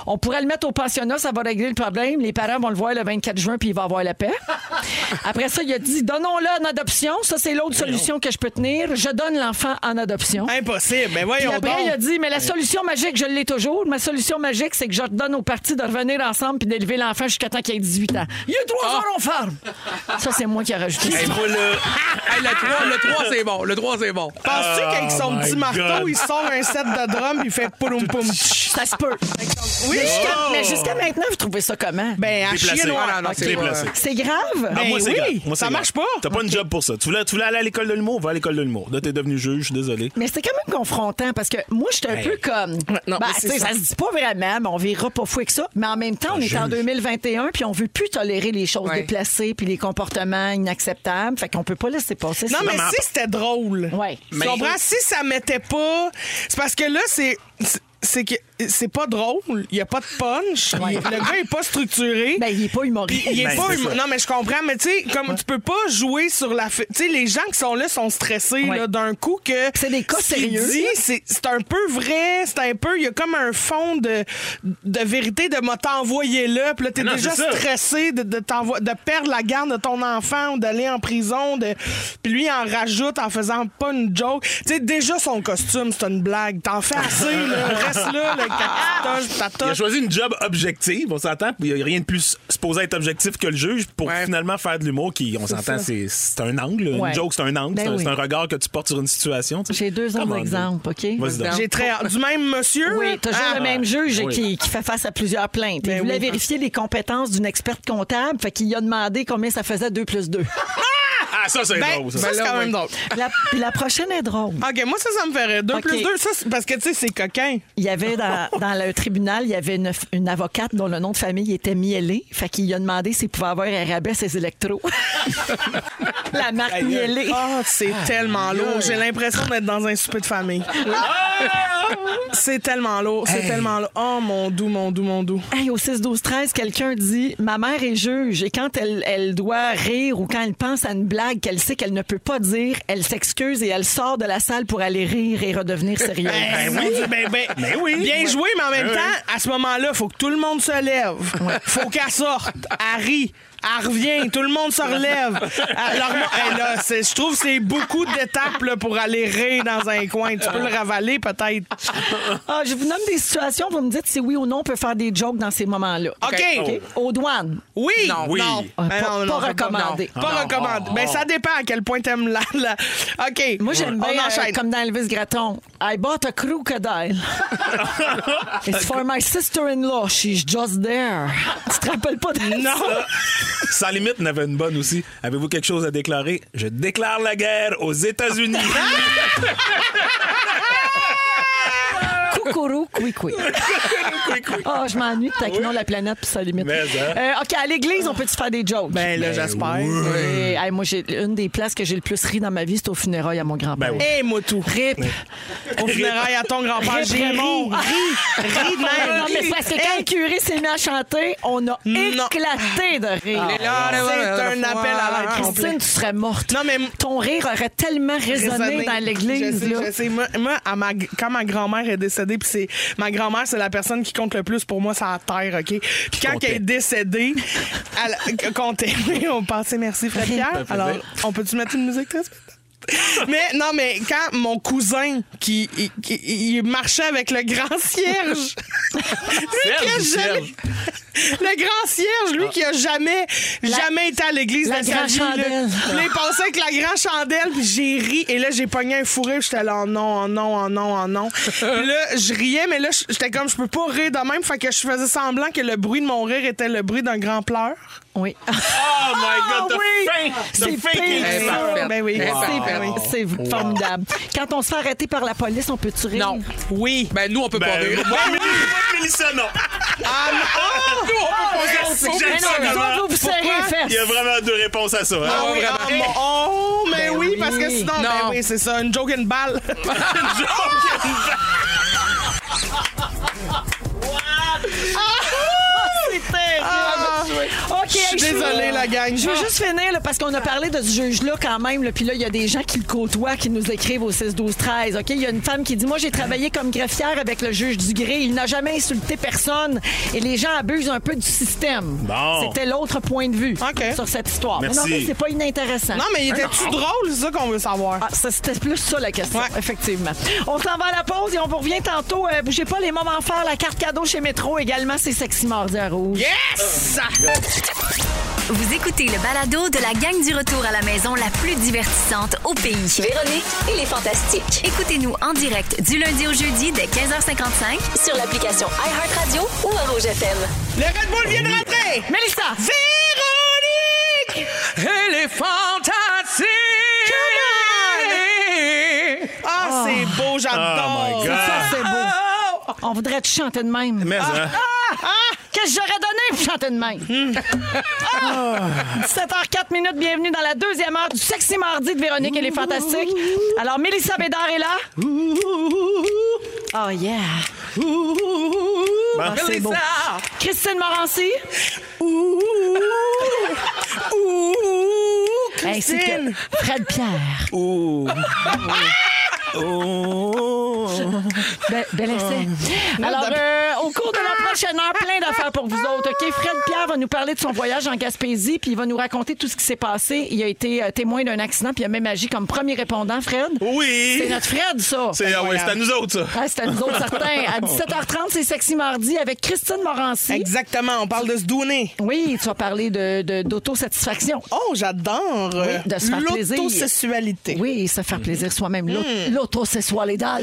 on pourrait le mettre au pensionnat, ça va régler le problème. Les parents vont le voir le 24 juin, puis il va avoir la paix. [laughs] Après ça, il a dit donnons-le en adoption. Ça, c'est l'autre solution que je peux tenir. Je donne l'enfant en adoption.
Impossible. Ben
Puis
voyons
après, il a
donc.
dit, mais la solution magique, je l'ai toujours. Ma solution magique, c'est que je donne aux partis de revenir ensemble puis d'élever l'enfant jusqu'à temps qu'il ait 18 ans. Il y a
Ah.
trois heures, on ferme. Ça, c'est moi qui ai rajouté ça.
Hey, moi, là,
Hey, le 3, le 3 c'est bon. Le 3 c'est bon.
Penses-tu qu'avec son
Oh
petit
my
marteau,
God.
il sort un set de drum puis il fait poum poum?
Ça se peut.
Oui, Oh.
Mais jusqu'à- mais jusqu'à maintenant, vous trouvez ça comment?
Ben, à
déplacé.
chier noir.
Ah, non, non, c'est
Déplacé.
c'est grave.
Ah,
Ben
moi, c'est
oui,
grave. Moi,
ça
c'est grave.
marche pas.
T'as pas une job pour ça. Tu voulais, tu voulais aller à l'école de l'humour, va à l'école de l'humour. Là, t'es devenu juge, je suis désolé.
Mais c'était quand même confrontant parce que moi, j'étais un
Hey.
peu comme.
non,
ben,
mais c'est
tu sais,
ça.
ça se dit pas vraiment, mais on verra pas fou avec ça. Mais en même temps, on est en
juge.
2021 puis on veut plus tolérer les choses
Ouais.
déplacées puis les comportements inacceptables. Fait qu'on peut pas laisser passer
Non,
ça. Ben,
mais si c'était drôle.
Ouais.
Tu comprends? Si ça mettait pas. C'est parce que là, c'est. c'est- C'est que c'est pas drôle, il n'y a pas de punch, il- le gars est pas structuré.
Ben, il est pas humoriste.
Puis il est
Ben,
pas
c'est
humo-
ça.
Non, mais je comprends, mais tu sais, comme tu peux pas jouer sur la. fi- Tu sais, les gens qui sont là sont stressés
Ouais.
là, d'un coup que.
C'est des cas
ce qu'il
sérieux,
dit, C'est c'est un peu vrai, c'est un peu. Il y a comme un fond de, de vérité de m'a t'envoyer là. Puis là, t'es
Ah non,
déjà
c'est ça.
stressé de, de, t'envo- de perdre la garde de ton enfant ou d'aller en prison. De... Puis lui, il en rajoute en faisant pas une joke. Tu sais, déjà, son costume, c'est une blague. T'en fais assez, là. Reste là, là,
[laughs]
avec ta petite toche, ta
Il a
toche.
choisi une job objective, on s'entend. puis Il n'y a rien de plus supposé être objectif que le juge pour
Ouais.
finalement faire de l'humour qui, on s'entend, c'est c'est un angle.
Ouais.
Une joke, c'est un angle.
Ben
c'est un,
oui.
c'est un regard que tu portes sur une situation. tu sais.
J'ai deux
Come
autres
on.
exemples, OK?
Vas-y donc.
J'ai très hâte. Du même monsieur?
Oui, toujours
Ah.
le même juge
Oui.
qui, qui fait face à plusieurs plaintes.
Ben
il voulait
oui.
vérifier les compétences d'une experte comptable, fait qu'il a demandé combien ça faisait 2 plus 2.
Ah, ça, c'est
Ben,
drôle.
ça,
Ça.
c'est
Ben là,
quand même
oui.
drôle.
la, puis la prochaine est drôle.
OK, moi, ça, ça me ferait 2
OK.
plus 2. Ça, c'est- parce que, tu sais, c'est coquin.
Il y avait dans, dans le tribunal, il y avait une, une avocate dont le nom de famille était Mielé. Fait qu'il a demandé s'il pouvait avoir un rabais à ses électros. [laughs] la marque Mielé.
Ah, c'est tellement lourd. J'ai l'impression d'être dans un souper de famille. Ah! c'est tellement lourd. C'est tellement lourd. Oh, mon doux, mon doux, mon doux.
Hey, au 6-12-13, quelqu'un dit Ma mère est juge et quand elle, elle doit rire ou quand elle pense à une blague qu'elle sait qu'elle ne peut pas dire, elle s'excuse et elle sort de la salle pour aller rire et redevenir sérieuse.
[laughs] Ben oui, ben, ben,
oui.
Bien
Ouais.
joué, mais en même
Ben
temps, à ce moment-là, faut que tout le monde se lève. Faut qu'elle sorte. Elle rit. Elle revient. Tout le monde se relève. Alors, moi, hey, là, c'est- je trouve que c'est beaucoup d'étapes là, pour aller rire dans un coin. Tu peux le ravaler, peut-être.
Ah, je vous nomme des situations, vous me dites si oui ou non on peut faire des jokes dans ces moments-là.
OK.
OK? Aux douanes.
Oui.
Non,
oui.
Ah,
Ben
pas-
non, non,
pas
c'est
recommandé.
Pas, non. Pas recommandé. Ben, ça dépend à quel point t'aimes la, la- OK.
Moi, j'aime
On
bien, euh,
enchaîne.
comme dans Elvis Gratton, I bought a
[laughs]
crocodile. It's for my sister-in-law. She's just there. Tu te rappelles pas de
Non.
Sans limite, on avait une bonne aussi. Avez-vous quelque chose à déclarer? Je déclare la guerre aux États-Unis. Oh
Coucourou, oui, oui. Ah, je m'ennuie de taquinons la planète puis ça limite.
Mais, hein.
Euh, OK, à l'église, on peut-tu faire des jokes?
Ben là, j'espère. Eh,
Et, hey, moi, j'ai une des places que j'ai le plus ri dans ma vie, c'est au funérail à mon grand-père.
Ben oui.
moi tout.
Rip.
Au funérail à ton grand-père,
Rip,
j'ai
ri,
mon
ri.
ri de
Non,
même.
non, mais c'est parce que quand le curé s'est mis à chanter, on a
Non.
éclaté de rire. Ah.
C'est un appel à l'aide complet.
Christine, tu serais morte.
Non, mais m-
Ton rire aurait tellement résonné,
raisonner.
dans
Je
l'église.
sais,
là.
je sais. Moi, moi, à ma- quand ma grand-mère est décédée, puis c'est ma grand-mère, c'est la personne qui compte le plus pour moi sur la terre, ok. Puis quand
comptait.
elle est décédée, elle qu- [laughs] comptait. Oui, on pensait merci Fred Pierre. Alors, on peut tu mettre une musique très spectacle? mais non, mais quand mon cousin qui, il- qui- il marchait avec le
[laughs]
grand cierge, lui qui a
Serge,
jamais, [laughs] le grand cierge,
Ah.
lui qui a jamais, jamais été à l'église
la
de sa
grande
vie, là.
chandelle.
Puis là, il passait avec la grande chandelle, puis j'ai ri. Et là, j'ai pogné un fourré, puis j'étais là, en non, en non, en non, en non. Puis là, je riais, mais là, j'étais comme, je peux pas rire de même. Fait que je faisais semblant que le bruit de mon rire était le bruit d'un grand pleur.
Oui.
Ah,
Oh my God, the
oui!
fake- the
C'est
fake
pire,
is-
Eh,
ça.
parfaite.
Ben oui.
Eh,
Wow.
parfaite.
Ben oui.
C'est formidable. Quand on se fait arrêter par la police, on peut-tu rire?
Oh,
Non.
Oui.
Ben, nous, on peut pas
Ben,
rire.
moi, Mélissa- moi, Mélissa, non. Ah,
Nous, on peut pas rire.
C'est que
Ah, Mais
j'aime
non,
ça,
vous
comment-
autres, vous vous serrez les
Il y a
fesses.
vraiment deux réponses à ça. hein?
Ah oui,
vraiment. Ben
ah, mon- oh, mais oui,
oui.
parce que sinon,
Non.
ben oui, c'est ça, une joke, une balle. [laughs]
C'est terrible. OK,
Je suis désolée, la gang.
Je veux
Ah.
juste finir, là, parce qu'on a parlé de ce juge-là quand même. là, Puis là, il y a des gens qui le côtoient, qui nous écrivent au 6-12-13. OK, il y a une femme qui dit Moi, j'ai travaillé comme greffière avec le juge du gré. Il n'a jamais insulté personne. Et les gens abusent un peu du système.
Bon.
C'était l'autre point de vue
OK.
sur cette histoire.
Merci.
Mais non, mais c'est pas inintéressant.
Non, mais il était-tu drôle, c'est ça qu'on veut savoir?
Ah, ça, c'était plus ça la question,
Ouais.
effectivement. On s'en va à la pause et on vous revient tantôt. Euh, bougez pas les moments forts, la carte cadeau chez Métro également, c'est sexy mardi à rouge.
Yes!
Vous écoutez le balado de la gang du retour à la maison la plus divertissante au pays.
Véronique et les Fantastiques.
Écoutez-nous en direct du lundi au jeudi dès 15h55
Sur l'application iHeartRadio ou à Rouge FM.
Le Red Bull vient de rentrer!
Mélissa!
Véronique!
Elle est fantastique.
Ah, c'est beau, j'adore! Oh,
Oh my God.
Ça, c'est beau. On voudrait te chanter de même.
Mais, hein,
Qu'est-ce que j'aurais donné pour chanter de même? Ah! 17h04 minutes, bienvenue dans la deuxième heure du Sexy Mardi de Véronique, elle est fantastique. Alors, Mélissa Bédard est là. Oh yeah!
Ah,
c'est beau. Christine Morancy. Ainsi que
Christine.
Fred Pierre. [laughs] Oh. Be- bel essai. Alors, euh, au cours de la prochaine heure, plein d'affaires pour vous autres. OK, Fred Pierre va nous parler de son voyage en Gaspésie, puis il va nous raconter tout ce qui s'est passé. Il a été euh, témoin d'un accident, puis il a même agi comme premier répondant, Fred. C'est
Oui!
notre Fred, ça.
C'est ah ouais, c'est à nous autres, ça.
Ah, c'est à nous autres, certains. À 17h30, c'est Sexy Mardi avec Christine Morancy.
Exactement, on parle de se donner.
Oui, tu vas parler de- de- d'autosatisfaction.
Oh, j'adore.
de se faire plaisir.
L'autosexualité.
oui, se faire plaisir soi-même. L'au- L'autosexualité.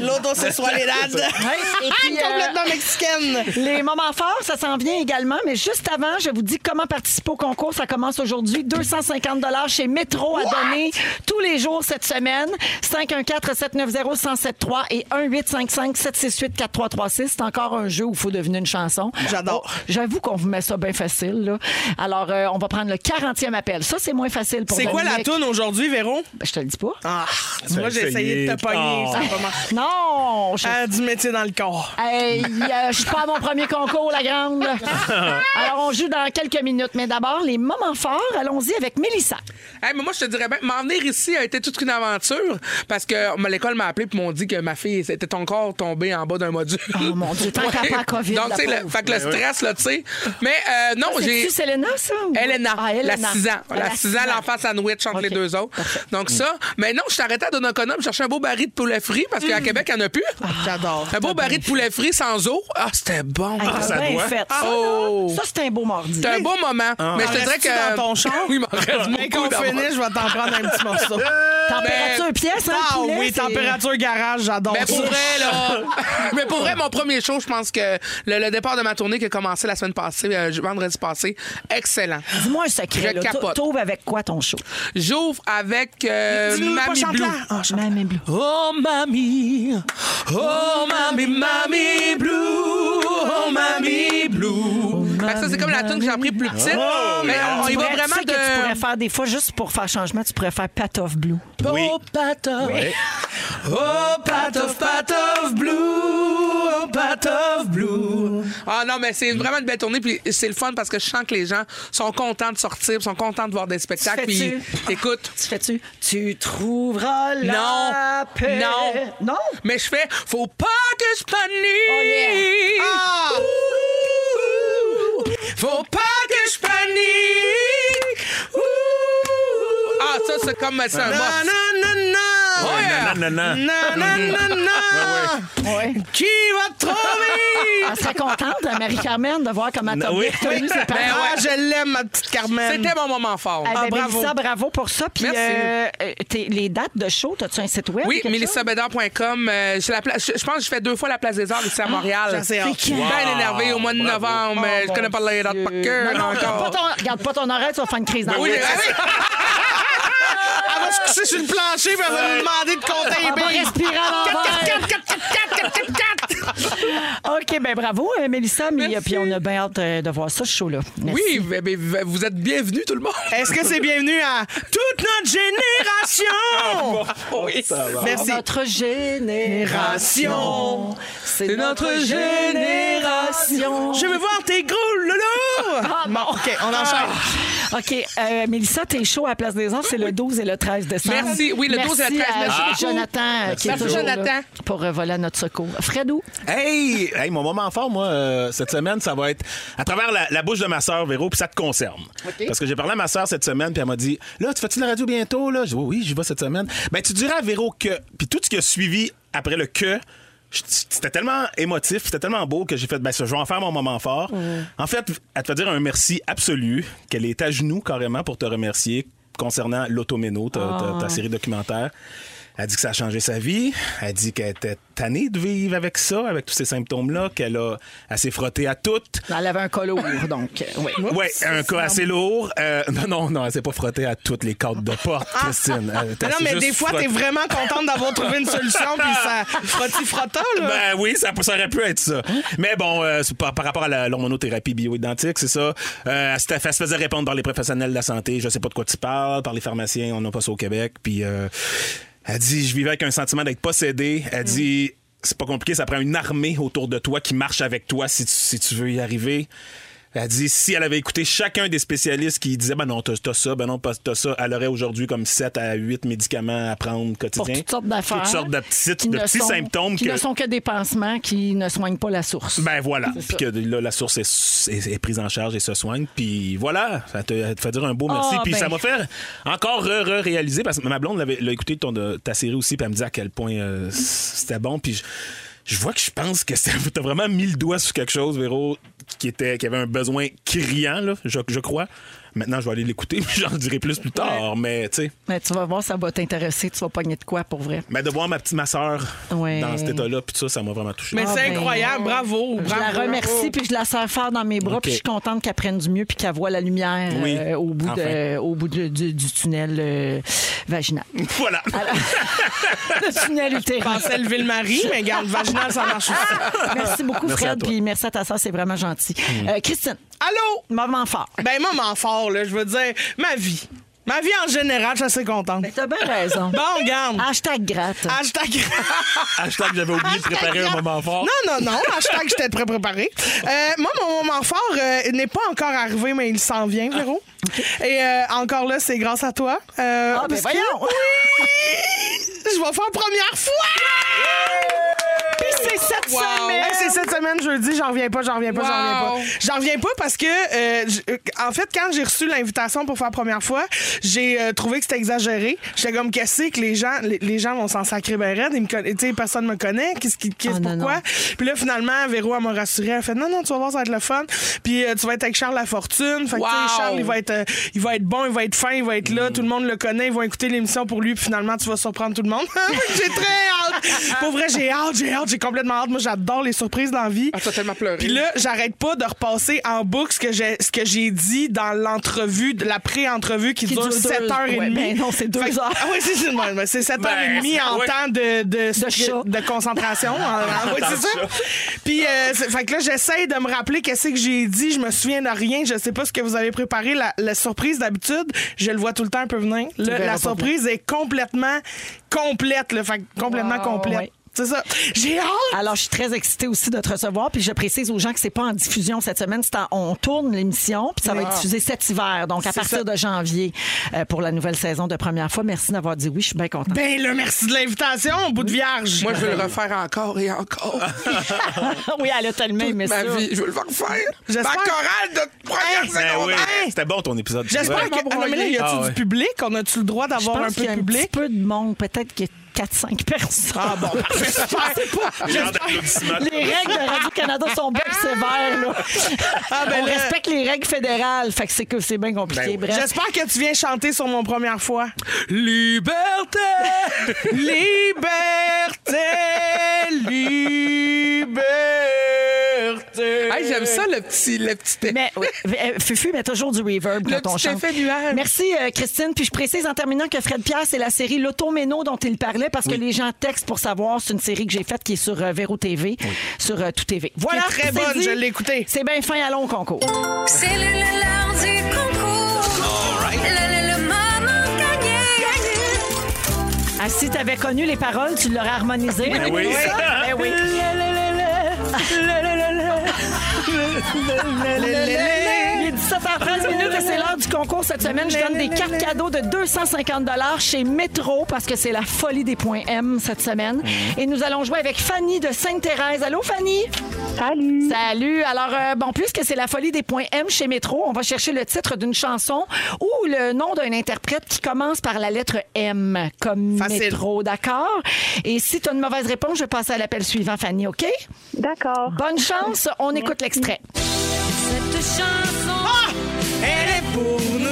[laughs]
L'autosexualité.
Oui, et
Ah,
puis, euh,
complètement mexicaine.
Les moments forts, ça s'en vient également, mais juste avant, je vous dis comment participer au concours. Ça commence aujourd'hui. 250 chez Métro à donner tous les jours cette semaine. 514-790-1073 et 1-855-768-4336. C'est encore un jeu où il faut deviner une chanson.
J'adore.
Oh, J'avoue qu'on vous met ça bien facile. là. Alors, euh, on va prendre le 40e appel. Ça, c'est moins facile pour
C'est quoi la
Dominique.
toune aujourd'hui, Véro?
Ben, je te le dis pas.
Ah, moi, j'ai essayé de te pogner.
Ah.
Ça a pas marché.
Non! je-
Ah, du métier dans le corps.
Hey, euh, je suis pas à mon premier concours, la
[laughs]
grande. Alors, on joue dans quelques minutes. Mais d'abord, les moments forts, allons-y avec Mélissa.
Hey, mais moi, je te dirais bien, m'en venir ici a été toute une aventure parce que m- l'école m'a appelé et m'ont dit que ma fille était encore tombée en bas d'un module.
Oh, mon Dieu,
[laughs]
tant qu'à pas la COVID,
Donc,
la
tu sais, le-
pauvre. Ah,
fait que le stress, là, tu sais. Mais euh, non, j'ai.
C'est-tu Selena, ça? ou-
Elena,
Ah,
la 6 ans.
Ah,
La 6 ans,
six
l'enfant sandwich entre
OK. Mm.
les deux autres. Donc ça, mais non, je suis arrêtée à Donnacona pour chercher un beau baril de poulet frit parce
Mm.
qu'à Québec, il n'y en a plus.
Ah,
J'adore.
un beau baril de poulet frit sans eau. Ah, c'était bon.
Hey, t'as
ça
bien
doit.
fait. Ça, là,
Oh.
ça, c'est un beau mardi.
C'était un beau moment. Mais je te dirais
Restes-tu
que.
dans ton char?
[laughs] Oui, il m'en reste
Mais
beaucoup.
qu'on
dans mon-
finisse, je vais t'en prendre un petit morceau.
[laughs]
Température pièce, hein,
Ah
poulet,
oui,
c'est-
température garage, j'adore
Mais
ça.
pour vrai, là. [laughs] mais pour vrai, mon premier show, je pense que le, le départ de ma tournée qui a commencé la semaine passée, euh, vendredi passé, excellent.
Dis-moi un secret.
Je
là.
capote.
T'ouvres avec quoi ton show?
J'ouvre avec euh,
Dis-nous pas
Mamie Blue.
Chantelant. Ah, Chantelant.
Mamie Blue.
Oh mamie, oh mamie, mamie blue, oh mamie blue. Fait que ça c'est comme la tune que j'ai appris plus petite. Oh, mais on, on y
Tu
va
pourrais-
vraiment
tu sais que tu pourrais
de.
faire des fois, juste pour faire changement, tu pourrais faire Pat of Blue.
Oh patof, oh patof, patof blue, oh patof blue. Ah non mais c'est vraiment une belle tournée puis c'est le fun parce que je sens que les gens sont contents de sortir, puis sont contents de voir des spectacles puis
fais-tu?
écoute.
Tu fais-tu? Tu trouveras la
Non.
paix.
Non.
Non?
Mais je fais, faut pas que je
Oh,
panique.
Ah!
Ouh, Faut pas que je panique. Ouh. Ah, ça, c'est comme ça.
Na,
moi.
na, na, na.
Ouais.
Non, non, non.
Na, na, na, na.
Ouais.
Qui va te trouver?
Elle serait contente, la Marie-Carmen, de voir comment t'as
Oui.
bien retenu ses
Ben
parents.
Ah, je l'aime, ma petite Carmen.
C'était mon moment fort.
Eh Ah. ben,
Ah, bravo.
Mélissa, bravo pour ça. Puis
Merci.
euh, euh, t'es- les dates de show, as-tu un site web?
Oui,
quelque chose?
melissabedard.com. Euh, c'est la pla- je, je pense que je fais deux fois la place des arts
Ah.
ici à Montréal.
j'ai assez hâte.
Bien énervé au mois de novembre. Euh, je connais pas les dates par cœur.
Oh, Non, non, regarde pas,
encore.
ton, regarde pas ton oreille, tu vas faire une crise dans
Oui,
le
ah oui.
Elle va se coucher sur le plancher, puis elle va nous demander de compter les
On va
billes.
respirer à l'envers. OK, ben bravo, euh, Mélissa. Mais, euh, puis on a bien hâte euh, de voir ça, ce show-là. Merci.
[laughs] Oui, ben, ben, vous êtes bienvenus, tout le monde.
Est-ce que c'est bienvenu à toute notre génération? Merci.
Notre génération, c'est notre génération.
Je veux voir tes gros loulous!
Ah,
Bon, OK, on enchaîne.
OK, euh, Mélissa, t'es chaud à la Place des Arts, c'est le 12 et le 13 décembre.
Merci. Oui, le 12 et le 13.
à
Merci beaucoup.
Jonathan, euh, qui est
Merci,
toujours
Jonathan.
là pour euh, voler à notre secours. Fredou,
Hey! Hey, mon moment fort, moi, euh, cette semaine, ça va être à travers la, la bouche de ma sœur, Véro, puis ça te concerne. Parce que j'ai parlé à ma sœur cette semaine, puis elle m'a dit Là, tu fais-tu de la radio bientôt? Là? Je dis Oui, oui, j'y vais cette semaine. Ben, tu diras à Véro que. Puis tout ce qui a suivi après le que. je- C'était tellement émotif, c'était tellement beau que j'ai fait, ben, ça, je vais en faire mon moment fort. En fait, elle te fait dire un merci absolu, qu'elle est à genoux carrément pour te remercier concernant l'automéno, ta,
Ah,
ta- ta série documentaire. Elle dit que ça a changé sa vie. Elle dit qu'elle était tannée de vivre avec ça, avec tous ces symptômes-là, qu'elle a, elle s'est frottée à toutes.
elle avait un col lourd, donc. euh, oui.
Ouais, un cas assez lourd. Euh, [laughs] non, non, non, elle s'est pas frottée à toutes les cordes de porte, Christine. Elle était
Mais Ah. non, mais
juste
des fois, t'es
frottée.
vraiment contente d'avoir trouvé une solution, puis ça frotti frottant, là.
Ben oui, ça, ça aurait pu être ça.
Hein?
Mais bon, euh, c'est par, par rapport à la- l'hormonothérapie bioidentique, c'est ça. Euh, c'était- elle se faisait répondre par les professionnels de la santé, je sais pas de quoi tu parles, par les pharmaciens, on n'a pas ça au Québec. Puis euh, elle dit, je vivais avec un sentiment d'être possédé. Elle dit, c'est pas compliqué, ça prend une armée autour de toi qui marche avec toi si tu, si tu veux y arriver. Elle dit, si elle avait écouté chacun des spécialistes qui disaient, ben non, t'as t'as ça, ben non, pas- t'as ça, elle aurait aujourd'hui comme 7 à 8 médicaments à prendre quotidien.
Pour toutes sortes d'affaires.
Toutes sortes de petites-
qui
de
ne
petits
sont-
symptômes
Qui
que-
ne sont que des pansements qui ne soignent pas la source.
Ben voilà. Puis que là, la source est, est- est prise en charge et se soigne. Puis voilà, ça te, ça te fait dire un beau merci.
Ah,
puis
ben.
ça m'a fait encore re- re- réaliser parce que ma blonde l'avait- l'a écouté ton, de, ta série aussi, puis elle me dit à quel point euh, c'était bon. Puis je, je vois que je pense que c'est- t'as vraiment mis le doigt sur quelque chose, Véro, qui, était, qui avait un besoin criant, là, je, je crois. Maintenant, je vais aller l'écouter, [laughs] puis j'en dirai plus plus tard. Mais tu sais,
Mais tu vas voir, ça va t'intéresser. Tu vas pogner de quoi pour vrai.
mais de voir ma petite ma soeur
Ouais.
dans cet état-là, puis tout ça, ça m'a vraiment touché.
Mais
Ah,
c'est
ben.
incroyable, bravo,
Je la
bravo.
remercie, puis je la serre fort dans mes bras,
OK.
puis je suis contente qu'elle prenne du mieux, puis qu'elle voit la lumière
Oui,
euh, au bout, de,
enfin.
au bout de- du, du tunnel euh, vaginal.
Voilà.
[laughs] Le tunnel utérin.
pensais lever le mari, mais garde, vaginal, ça marche aussi.
Ah, Merci beaucoup,
Merci à
Fred,
toi. Mm.
puis merci à ta soeur, c'est vraiment gentil. Euh, Christine,
Allô?
moment fort.
Ben, maman fort, là, je veux dire, ma vie. Ma vie en général, je suis assez contente.
T'as bien raison. Ah.
Bon, garde.
[laughs] Hashtag gratte.
Hashtag.
Hashtag, j'avais oublié de préparer un moment fort.
Non, non, non. Hashtag, j'étais très préparée. Euh, moi, mon moment fort euh, n'est pas encore arrivé, mais il s'en vient, Véro. Et euh, encore là, c'est grâce à toi. Euh,
Ah, ben
parce que-
voyons.
Je vais faire première fois!
Puis c'est cette
Wow.
semaine.
Hey, Eh, c'est cette semaine, jeudi, j'en reviens pas, j'en reviens pas, j'en
Wow.
reviens pas. J'en reviens pas parce que, euh, j- euh, en fait, quand j'ai reçu l'invitation pour faire la première fois, j'ai euh, trouvé que c'était exagéré. J'étais comme, qu'est-ce que les gens, les, les gens vont s'en sacrer ben raide, ils me conna- tu sais, personne me connaît, qu'est-ce qui, qu'est-ce,
Ah, non,
pourquoi?
non.
Puis là, finalement, Véro, elle m'a rassurée, elle fait, non, non, tu vas voir, ça va être le fun. Puis euh, tu vas être avec Charles Lafortune. Fait que, tu sais,
Wow.
Charles, il va, être, euh, il va être bon, il va être fin, il va être
Mm.
là, tout le monde le connaît, ils vont écouter l'émission pour lui, puis finalement, tu vas surprendre tout le monde. [laughs] j'ai très hâte. pour vrai, j'ai hâte, j'ai hâte, j'ai complètement hâte. Moi, j'adore les surprises dans la vie.
Ah, t'as tellement pleuré.
Puis là, j'arrête pas de repasser en boucle ce que j'ai, ce que j'ai dit dans l'entrevue, de la pré-entrevue qui,
Qui
dure
dure
7h30.
deux- ouais, ben non, c'est deux
Fait que-
heures.
Ah oui, c'est, c'est, ouais, ben, c'est 7h30 en
ouais.
temps de, de,
chat.
de concentration. En- en- ouais, c'est ça. Puis, euh, c'est- fait que là, j'essaie de me rappeler qu'est-ce que j'ai dit. Je me souviens de rien. Je sais pas ce que vous avez préparé. La, la surprise, d'habitude, je le vois tout le temps un peu venir. Là,
verras
la
pas
surprise est complètement complète. Là, fait que complètement complète.
Ouais.
C'est ça. J'ai hâte.
Alors, je suis très excitée aussi de te recevoir. Puis je précise aux gens que c'est pas en diffusion cette semaine. C'est en- on tourne l'émission, puis ça va être diffusé cet hiver, donc à partir de janvier, euh, pour la nouvelle saison de première fois. Merci d'avoir dit oui. Je suis bien contente.
Ben là, merci de l'invitation, bout de vierge.
Moi, je veux le refaire encore et encore.
[laughs] oui, elle a tellement aimé
Ma
ça.
vie, je veux le refaire. Ma
J'espère-
chorale de première
Ben oui.
secondaire.
C'était bon ton épisode.
J'espère
Ouais.
que. Ah non, mais là, y a-tu
Ah,
du
ouais.
public? On a-tu le droit
Je
d'avoir un
pense qu'il
peu
y
de
a un petit
public?
peu de monde, peut-être que 4-5 personnes.
Ah bon, [laughs] j'espère.
[laughs]
Le genre d'applaudissement.
Les règles de Radio-Canada sont bien sévères. Là.
Ah, ben
on
là-
respecte les règles fédérales. Fait que c'est que c'est bien compliqué.
Ben oui.
Bref.
J'espère que tu viens chanter sur mon première fois.
Liberté!
Liberté, liberté.
Hey, j'aime ça, le petit, le petit
Mais oui, euh, Fufu met toujours du reverb
Le
quand on
petit
chante.
effet nuage.
Merci euh, Christine. Puis je précise en terminant que Fred Pierre, c'est la série L'Automéno dont il parlait parce que les gens textent pour savoir. C'est une série que j'ai faite qui est sur euh, Véro TV, sur euh, Tout TV. Voilà.
Qui est très
c'est
bonne,
dit.
je l'ai écoutée.
C'est bien fin, allons au concours.
C'est le l'heure du concours. Le, le, le moment gagné.
Ah, si tu avais connu les paroles, tu l'aurais harmonisé.
Ben oui.
Ben oui. Il est 17h30 minutes et c'est l'heure du concours cette semaine. Je donne des cartes cadeaux de 250 chez Métro parce que c'est la folie des points M cette semaine. Et nous allons jouer avec Fanny de Sainte-Thérèse. Allô, Fanny? Salut. Salut. Alors, euh, bon, puisque c'est la folie des points M chez Métro, on va chercher le titre d'une chanson ou le nom d'un interprète qui commence par la lettre M, comme
Facile.
Métro, d'accord? Et si tu as une mauvaise réponse, je passe à l'appel suivant, Fanny, OK?
D'accord.
Bonne chance, on écoute l'extrait.
Cette chanson.
Elle est pour nous.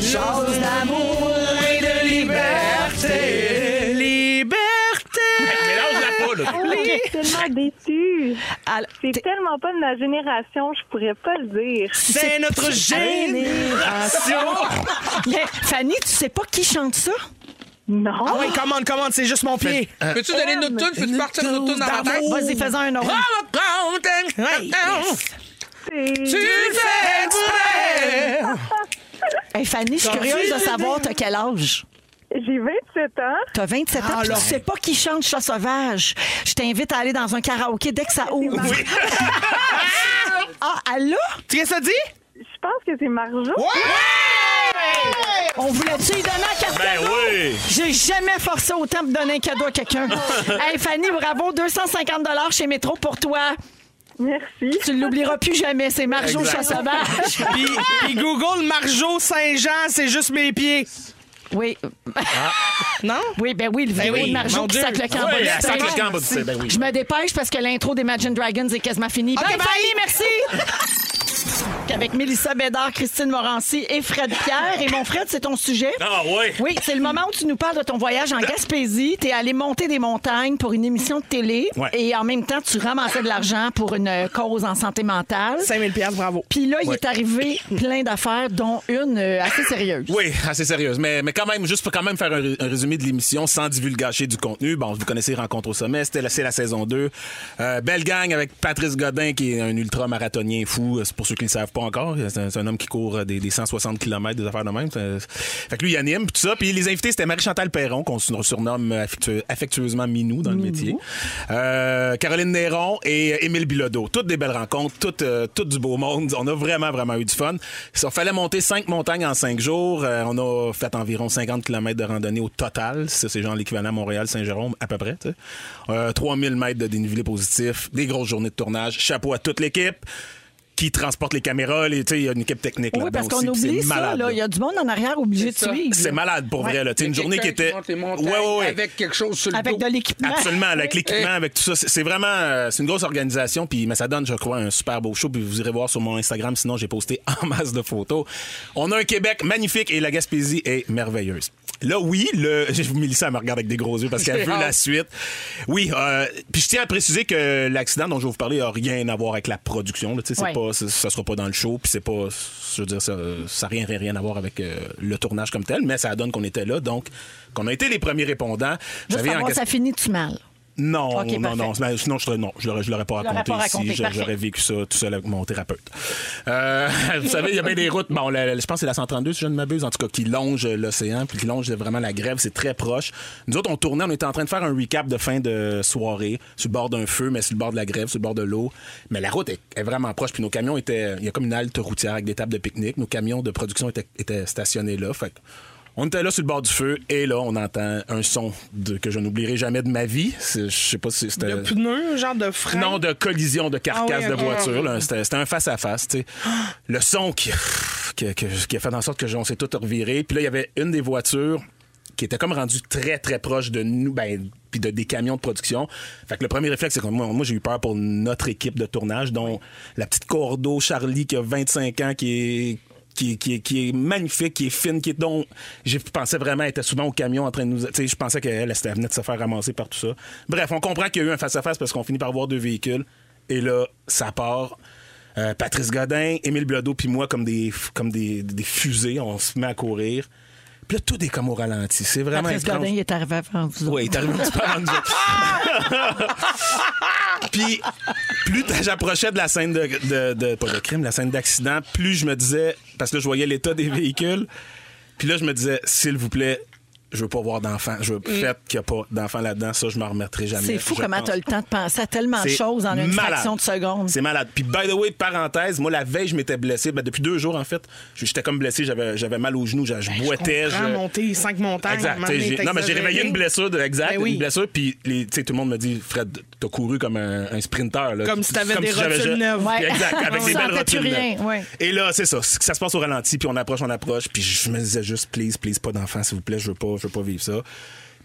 Chose d'amour et de liberté. Liberté.
Mélange la peau, là.
Je suis tellement déçue.
Alors,
C'est
t'es-
tellement pas de ma génération, je pourrais pas le dire.
C'est notre génération.
Mais, Fanny, tu sais pas qui chante ça?
Non.
Ah oui, commande, commande, c'est juste mon pied.
Peux-tu donner notre tune? Peux-tu partir notre tune dans ma tête?
Vas-y, fais-en un autre.
Ah! Prends mon compte.
Ouais,
Tu fais exprès!
Hey, Fanny, je suis curieuse de savoir, t'as quel âge?
J'ai 27 ans.
T'as 27 ans,
Ah,
puis
là.
tu sais pas qui chante Chat sauvage. Je t'invite à aller dans un karaoké dès que ça ouvre. [laughs] ah, allô?
Tu qu'est-ce que ça dit?
Je pense que c'est Marjo.
Oh.
On voulait-tu y donner un cadeau?
Ben oui!
J'ai jamais forcé autant pour donner un cadeau à
[laughs]
quelqu'un. hey, Fanny, bravo, 250 chez Métro pour toi.
Merci.
Tu ne l'oublieras plus jamais, c'est Marjo
Exact.
Chat sauvage.
Puis, puis Google Marjo Saint-Jean, c'est juste mes pieds.
Oui.
Non?
Oui, ben oui, le vidéo
oui,
de Marjo
mon
qui
Dieu.
sac le camp.
Oui,
bas du
elle sac
stage.
le camp en bas du sel, ben oui.
Je me dépêche parce que l'intro d'Imagine Dragons est quasiment finie. bye,
bye.
Fanny, merci! [laughs] Avec Mélissa Bédard, Christine Morancy et Fred Pierre. Et mon Fred, c'est ton sujet.
Ah oui.
Oui, c'est le moment où tu nous parles de ton voyage en Gaspésie. T'es allé monter des montagnes pour une émission de télé.
Ouais.
Et en même temps, tu ramassais de l'argent pour une euh, cause en santé mentale.
5000 piastres, bravo.
Puis là, il est arrivé plein d'affaires, dont une euh, assez sérieuse.
Oui, assez sérieuse. Mais, mais quand même, juste pour quand même faire un, ré- un résumé de l'émission sans divulgacher du contenu. Bon, vous connaissez Rencontre au sommet, c'était la, c'est la saison 2. Euh, belle gang avec Patrice Godin, qui est un ultra-marathonien fou. Euh, C'est pour ceux qui ne le savent pas encore. C'est un, c'est un homme qui court euh, des, des 160 km, des affaires de même. Euh, Fait que lui, il anime, puis tout ça. Puis les invités, c'était Marie-Chantal Perron, qu'on sur- surnomme euh, affectueux- affectueusement Minou dans le métier. Euh, Caroline Néron et euh, Émile Bilodeau. Toutes des belles rencontres, toutes, euh, toutes du beau monde. On a vraiment, vraiment eu du fun. Il fallait monter cinq montagnes en cinq jours. Euh, on a fait environ 50 km de randonnée au total. Ça, C'est genre l'équivalent à Montréal-Saint-Jérôme, à peu près. tu sais. Euh, 3000 mètres de dénivelé positif, des grosses journées de tournage. Chapeau à toute l'équipe qui transporte les caméras. Les, tu sais, il y a une équipe technique
Oui, parce
là-dedans
qu'on
aussi, puis c'est
oublie ça.
malade,
là.
là.
Il y a du monde en arrière obligé de
C'est ça.
suivre.
C'est malade pour vrai. là. Tu sais, une journée qui
Quelqu'un
était.
monte les montagnes
Ouais, ouais, ouais.
Avec quelque chose sur le
Avec de
dos.
l'équipement.
Absolument,
[laughs]
avec l'équipement, avec tout ça. C'est c'est vraiment euh, c'est une grosse organisation, puis mais ça donne, je crois, un super beau show. Puis vous irez voir sur mon Instagram, sinon j'ai posté [laughs] en masse de photos. On a un Québec magnifique et la Gaspésie est merveilleuse. Là, oui, le. [laughs] Mélissa, elle me regarde avec des gros yeux parce qu'elle
J'ai
veut
hâte.
la suite. Oui, euh, puis je tiens à préciser que l'accident dont je vais vous parler n'a rien à voir avec la production. Là, Tu sais, c'est
Ouais.
pas, ça, ça sera pas dans le show, puis c'est pas, je veux dire, ça n'a rien, rien, rien à voir avec euh, le tournage comme tel, mais ça donne qu'on était là, donc qu'on a été les premiers répondants.
Juste
J'avais en
savoir,
Gasp-
ça finit-tu mal?
non,
Ok,
non, non. Ben, Sinon, je ne non, je l'aurais, je l'aurais pas
l'aurais
raconté
pas raconté,
ici. Je-
parfait.
J'aurais vécu ça tout seul avec mon thérapeute. Euh, [laughs] vous savez, il y a bien des routes. Bon, la- la- je pense que c'est la 132, si je ne m'abuse, en tout cas, qui longe l'océan, puis qui longe vraiment la grève. C'est très proche. Nous autres, on tournait, on était en train de faire un recap de fin de soirée, sur le bord d'un feu, mais sur le bord de la grève, sur le bord de l'eau. Mais la route est, est vraiment proche. Puis nos camions étaient. Il y a comme une halte routière avec des tables de pique-nique. Nos camions de production étaient, étaient stationnés là. Fait que on était là sur le bord du feu et là, on entend un son de- que je n'oublierai jamais de ma vie. C'est- Je sais pas si c'était.
De pneus, genre de frein.
Euh, Non, de collision de carcasse
Hein? Ah oui, ok.
de voiture. là. C'était c'était un face-à-face. tu sais. Le son qui, que- que- qui a fait en sorte que on s'est tout reviré. Puis là, il y avait une des voitures qui était comme rendue très, très proche de nous, ben, puis de, des camions de production. Fait que le premier réflexe, c'est que moi, moi, j'ai eu peur pour notre équipe de tournage, dont la petite Cordo Charlie qui a 25 ans, qui est qui, qui, qui est magnifique, qui est fine, qui est donc. J'ai pensé vraiment, elle était souvent au camion en train de nous. Tu sais, je pensais qu'elle elle, elle venait de se faire ramasser par tout ça. Bref, on comprend qu'il y a eu un face-à-face parce qu'on finit par voir deux véhicules. Et là, ça part. Euh, Patrice Godin, Émile Blodeau, puis moi, comme des, comme des, des fusées, on se met à courir. Puis là, tout est comme au ralenti. C'est vraiment
Patrice
étrange.
Godin, il est arrivé avant vous. autres.
Oui, il est arrivé un petit peu avant nous autres. Puis, plus t- j'approchais de la scène de, de- de- Pas de crime, la scène d'accident, plus je me disais. Parce que là, je voyais l'état des véhicules. Puis là, je me disais, s'il vous plaît, je veux pas voir d'enfant. Je veux faites qu'il n'y a pas d'enfant là-dedans. Ça, je m'en remettrai jamais.
Mm. C'est fou
Je
comment
pense.
tu as le temps de penser à tellement de
C'est
choses en une
malade.
fraction de seconde.
C'est malade. Puis, by the way, parenthèse, moi, la veille, je m'étais blessé. Ben, depuis deux jours, en fait, je- j'étais comme blessé. J'avais j'avais mal aux genoux. Je,
Ben,
je boitais.
Comprends,
je-
monter cinq montagnes. à un
euh, Exact.
moment
T'sais,
donné,
j'ai-
t'es
non, mais j'ai
exagéré.
réveillé une blessure, de, exact,
Ben oui.
une blessure, puis les- t'sais, tout le monde me dit, Fred, t'as couru comme un, un sprinter. Là,
Comme si t'avais des
j'avais
rotules
ja-
neuves.
Ouais.
Exact, avec
On
des belles
sentait plus
rotules
rien,
neuves.
ouais.
Et là, c'est ça, c'est que ça se passe au ralenti, puis on approche, on approche, puis je me disais juste, please, please, pas d'enfant, s'il vous plaît, je veux pas, je veux pas vivre ça.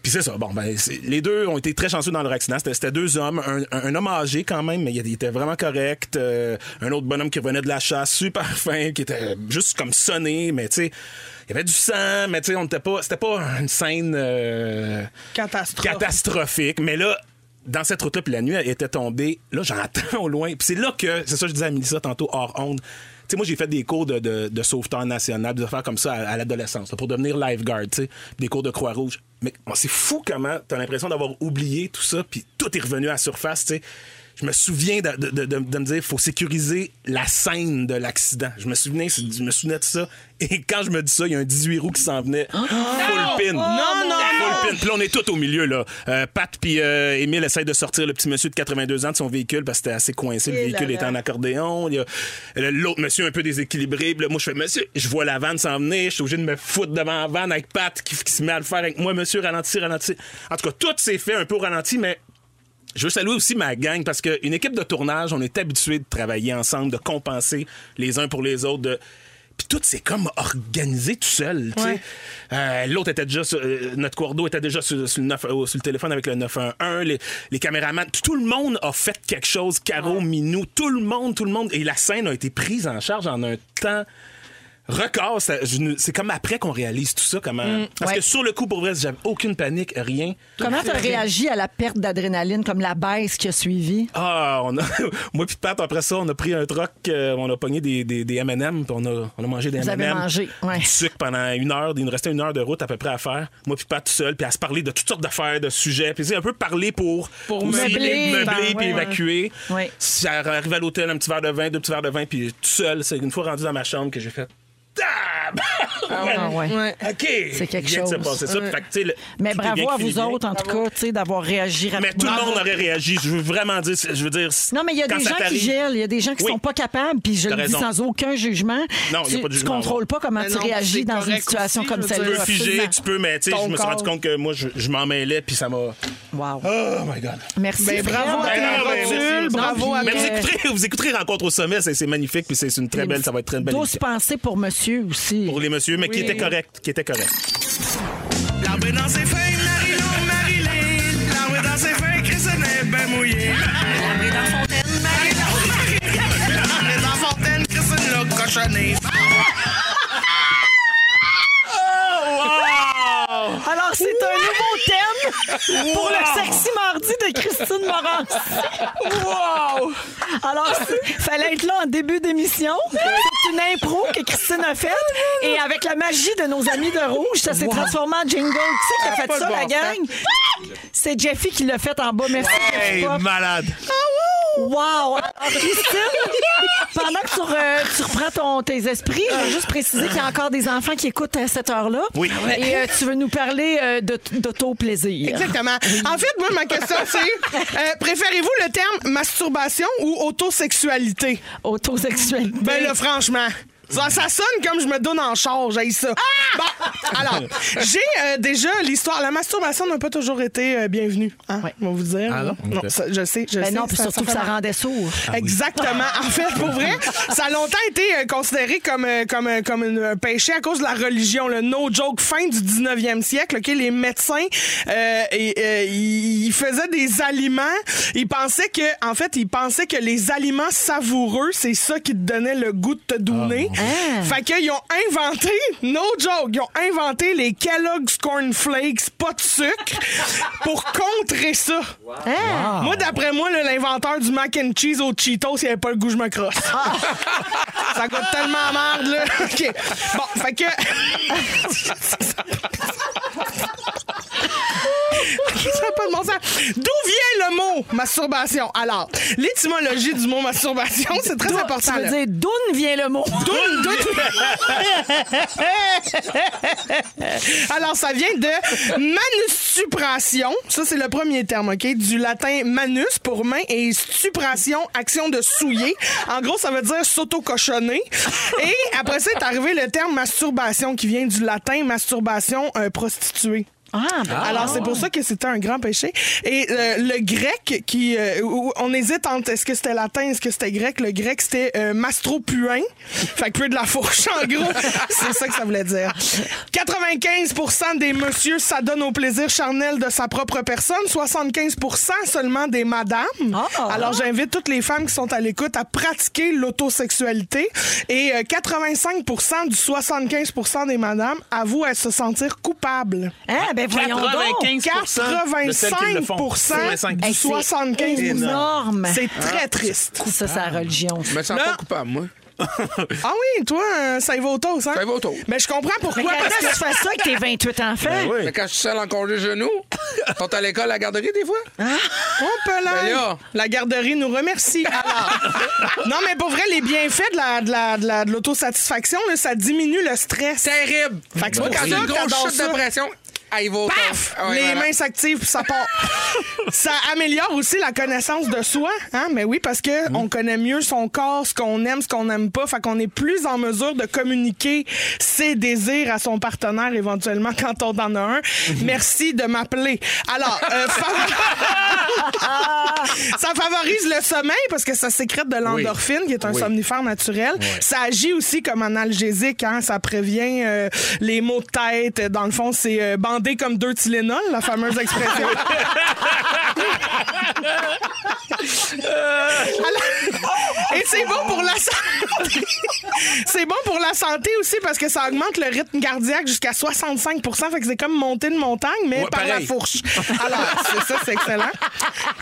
Puis c'est ça. Bon, ben, c'est- les deux ont été très chanceux dans leur accident. C'était- C'était deux hommes, un, un- un homme âgé quand même, mais il il était vraiment correct. Euh, un autre bonhomme qui revenait de la chasse, super [laughs] fin, qui était juste comme sonné, mais tu sais, il y avait du sang, mais tu sais, on n'était pas, c'était pas une scène. euh,
Catastrophe.
catastrophique. Mais là, dans cette route-là, puis la nuit, elle était tombée. Là, j'entends [laughs] au loin. Puis c'est là que, c'est ça que je disais à Mélissa tantôt, hors onde. Tu sais, moi, j'ai fait des cours de, de, de sauveteur national, des affaires comme ça à, à l'adolescence, là, pour devenir lifeguard, tu sais, des cours de Croix-Rouge. Mais bon, c'est fou comment t'as l'impression d'avoir oublié tout ça, puis tout est revenu à la surface, tu sais. je me souviens de, de- de- de- de me dire faut sécuriser la scène de l'accident. Je me souvenais, je me souvenais de ça. Et quand je me dis ça, il y a un 18 roues qui s'en venait. Full
Oh,
pin.
non,
Full pin. Puis là, on est tout au milieu, là. Euh, Pat puis euh, Émile essayent de sortir le petit monsieur de 82 ans de son véhicule parce que c'était assez coincé. Le véhicule était en accordéon. Il y a- le- L'autre monsieur un peu déséquilibré. Puis là, moi, je fais, monsieur, je vois la vanne s'en venir. Je suis obligé de me foutre devant la vanne avec Pat qui, qui se met à le faire avec moi. Monsieur, ralenti, ralenti. En tout cas, tout s'est fait un peu au ralenti, mais je veux saluer aussi ma gang parce qu'une équipe de tournage, on est habitué de travailler ensemble, de compenser les uns pour les autres. De... Puis tout c'est comme organisé tout seul. tu sais. Euh, L'autre était déjà, sur- euh, notre cordeau était déjà sur, sur le 9 euh, sur le téléphone avec le 911, les, les caméramans. Tout, tout le monde a fait quelque chose. Caro, Minou, tout le monde, tout le monde. Et la scène a été prise en charge en un temps record. ça- je ne- C'est comme après qu'on réalise tout ça. Comment... Parce
ouais.
que sur le coup, pour vrai, j'avais aucune panique, rien.
Comment tu as réagi à la perte d'adrénaline, comme la baisse qui a suivi?
Ah, on a... [laughs] moi puis Pat, après ça, on a pris un troc, euh, on a pogné des, des, des M&M, puis on a, on a mangé des
Vous
M&M.
avez mangé, ouais.
Du sucre pendant une heure, il nous restait une heure de route à peu près à faire. Moi puis Pat tout seul, puis à se parler de toutes sortes d'affaires, de sujets, puis tu sais, un peu parler pour,
Pour
aussi
meubler,
meubler,
ben,
puis
ouais,
évacuer.
Ouais.
J'arrive à l'hôtel, un petit verre de vin, deux petits verres de vin, puis tout seul, c'est une fois rendu dans ma chambre que j'ai fait... Ah,
Ah, ouais.
ouais. OK.
C'est quelque
Il vient de se
chose.
passer ça.
Ouais.
Fait que, tu sais, le-
Mais
tout est bien
bravo à
qui finit
vous
bien.
autres, en tout cas, tu sais, d'avoir réagi
Mais
rapidement.
tout le monde aurait réagi. Je veux vraiment dire, je veux dire.
Non, mais il y a
quand
des
ça
gens qui
t'arrive-
gèlent, il y a des gens qui
Oui.
sont pas capables, puis je
T'as
le dis
raison.
sans aucun jugement.
Non, il y a
tu,
pas de
tu
jugement,
contrôles pas comment
Mais
tu
non,
réagis
c'est
dans une
correct
situation
aussi,
comme
je veux
Tu
dire.
celle-là.
peux figer, tu peux, mais tu sais,
Ton
je me suis rendu
corps.
compte que moi, je, je m'en mêlais, puis ça m'a.
Wow.
Oh my God.
Merci.
Ben,
Fred.
bravo à
Ben,
Clara
non, ben,
Rotul,
merci.
bravo à
Mais vous
Euh,
écouterez, vous écouterez Rencontre au sommet, c'est c'est magnifique, puis c'est c'est une très belle, ça va être très belle.
Douce
émission.
pensée pour monsieur aussi.
Pour les messieurs, mais qui était correct, qui était correct.
L'arbre est dans ses feuilles, Marie-Lou, Marie-Lé. L'arbre est dans ses feuilles, Christine est bien mouillée.
L'arbre est dans la fontaine,
Marie-Lou, Marie-Lé. L'arbre est dans fontaine, Christine l'a cochonné.
Alors, c'est un nouveau thème pour le sexy mardi de Christine Morancy. Wow! Alors, c'est- fallait être là en début d'émission. C'est une impro que Christine a faite. Et avec la magie de nos amis de Rouge, ça s'est transformé en jingle. Qui c'est qui a fait
pas de
ça,
bon
la
sens.
gang? C'est Jeffy qui l'a fait en bas. Merci, Jeffy
Hey,
Pop.
malade.
Wow! Alors, Christine, pendant que tu, re- tu reprends ton, tes esprits, je veux juste préciser qu'il y a encore des enfants qui écoutent à cette heure-là.
Oui.
Et euh, tu veux nous parler euh, de- d'auto-plaisir.
Exactement. En fait, moi, ma question, c'est euh, préférez-vous le terme masturbation ou autosexualité?
Autosexuel.
Ben là, franchement. Ça, ça sonne comme je me donne en charge, j'ai ça.
Ah!
Bon, alors, j'ai euh, déjà l'histoire. La masturbation n'a pas toujours été euh, bienvenue, hein,
Ouais.
on va vous dire.
Ah non?
Non, ça, je sais, je sais.
Ben non, puis surtout que
fait
ça
mal.
rendait sourd.
Exactement. En fait, pour vrai, ça a longtemps été euh, considéré comme, euh, comme, euh, comme une- un péché à cause de la religion. Le no joke, fin du 19e siècle, OK, les médecins, euh, et, euh, ils ils faisaient des aliments. Ils pensaient que, en fait, ils pensaient que les aliments savoureux, c'est ça qui te donnait le goût de te donner.
Ah.
Fait qu'ils ont inventé, no joke, ils ont inventé les Kellogg's Corn Flakes, pas de sucre, pour contrer ça.
Hein?
Moi, d'après moi, là, l'inventeur du mac and cheese au Cheetos, il avait pas le goût, je me crosse.
Ah.
[laughs] ça goûte tellement merde, là. [laughs] OK. Bon, fait que. [laughs] OK, ça n'a pas de bon sens. D'où vient le mot masturbation? Alors, l'étymologie du mot masturbation, c'est très
D'où-
important.
Tu
là.
veux dire d'où vient le mot?
Doun, doun. [laughs] Alors, ça vient de manustupration. Ça, c'est le premier terme, OK? Du latin manus pour main et stupration, action de souiller. En gros, ça veut dire s'auto-cochonner. Et après ça est arrivé le terme masturbation qui vient du latin masturbation euh, prostituée.
Ah, ben,
Alors, c'est pour ça que c'était un grand péché. Et euh, le grec, qui euh, où- où on hésite entre est-ce que c'était latin, est-ce que c'était grec. Le grec, c'était euh, mastropuin. Fait que peu de la fourche, en gros. [laughs] c'est ça que ça voulait dire. 95 des messieurs s'adonnent au plaisir charnel de sa propre personne. 75 seulement des madames.
Ah.
Alors, j'invite toutes les femmes qui sont à l'écoute à pratiquer l'autosexualité. Et euh, 85 du 75 des madames avouent à se sentir coupables.
hein, ben voyons donc.
85
Hey,
du
c'est
75
énorme.
C'est très triste.
Ça, c'est la religion.
Je me sens
Là-
pas coupable, moi.
Ah oui, toi, euh, ça y va au taux, hein?
Ça y va au taux.
Mais je comprends
Mais
pourquoi.
quand
Parce
est-ce que tu
que Ben
fais ça avec tes 28 enfants?
[laughs] Mais quand je suis seul en congé genoux, Sont à l'école à la garderie des fois?
On peut
Ben là.
La garderie nous remercie.
[laughs]
Alors, non, mais pour vrai, les bienfaits de la- de la- de la- de l'autosatisfaction, là, ça diminue le stress.
Terrible!
Fait que c'est
Moi,
pour
quand
ça
j'ai une
que
grosse
t'adores
chute de
ça.
pression, elle va au
Paf!
top. Ah Ouais,
les
voilà.
mains s'activent puis ça part. ça améliore aussi la connaissance de soi, hein? Mais oui, parce que on connaît mieux son corps, ce qu'on aime, ce qu'on n'aime pas. Fait qu'on est plus en mesure de communiquer ses désirs à son partenaire éventuellement [laughs] quand on en a un. Merci de m'appeler. Alors, euh, fa- [laughs] ça favorise le sommeil parce que ça sécrète de l'endorphine, qui est un somnifère naturel. Ça agit aussi comme analgésique, hein? Ça prévient euh, les maux de tête. Dans le fond, c'est euh, bandé comme deux Tylenol, la fameuse expression. Alors- Et c'est bon pour la santé. [laughs] c'est bon pour la santé aussi parce que ça augmente le rythme cardiaque jusqu'à 65 Fait que c'est comme monter une montagne, mais
Ouais,
par la
pareil.
fourche. Alors, c'est ça, c'est excellent.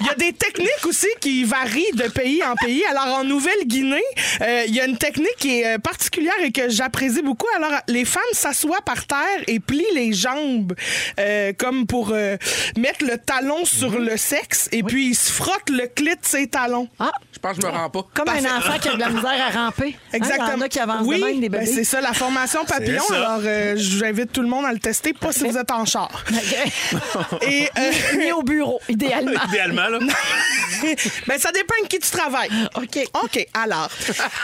Il y a des techniques aussi qui varient de pays en pays. Alors, en Nouvelle-Guinée, euh, il y a une technique qui est euh, particulière et que j'apprécie beaucoup. Alors, les femmes s'assoient par terre et plient les jambes euh, comme pour euh, mettre le talon sur
Mhm.
le sexe et puis ils se frottent le clit de ses talons.
Je pense que je me rends pas.
ah, Comme un enfant qui a de la misère à ramper. Hein, il y en a qui avancent
oui,
de même, des
ben,
bébés.
c'est ça, la formation papillon.
C'est ça.
Alors, euh, j'invite tout le monde à le tester, pas si vous êtes en char.
[laughs]
[laughs]
Et, euh, [laughs]
Ni au bureau, idéalement.
[laughs] Idéalement, là.
ben, ça dépend de qui tu travailles.
[laughs] OK.
OK, alors,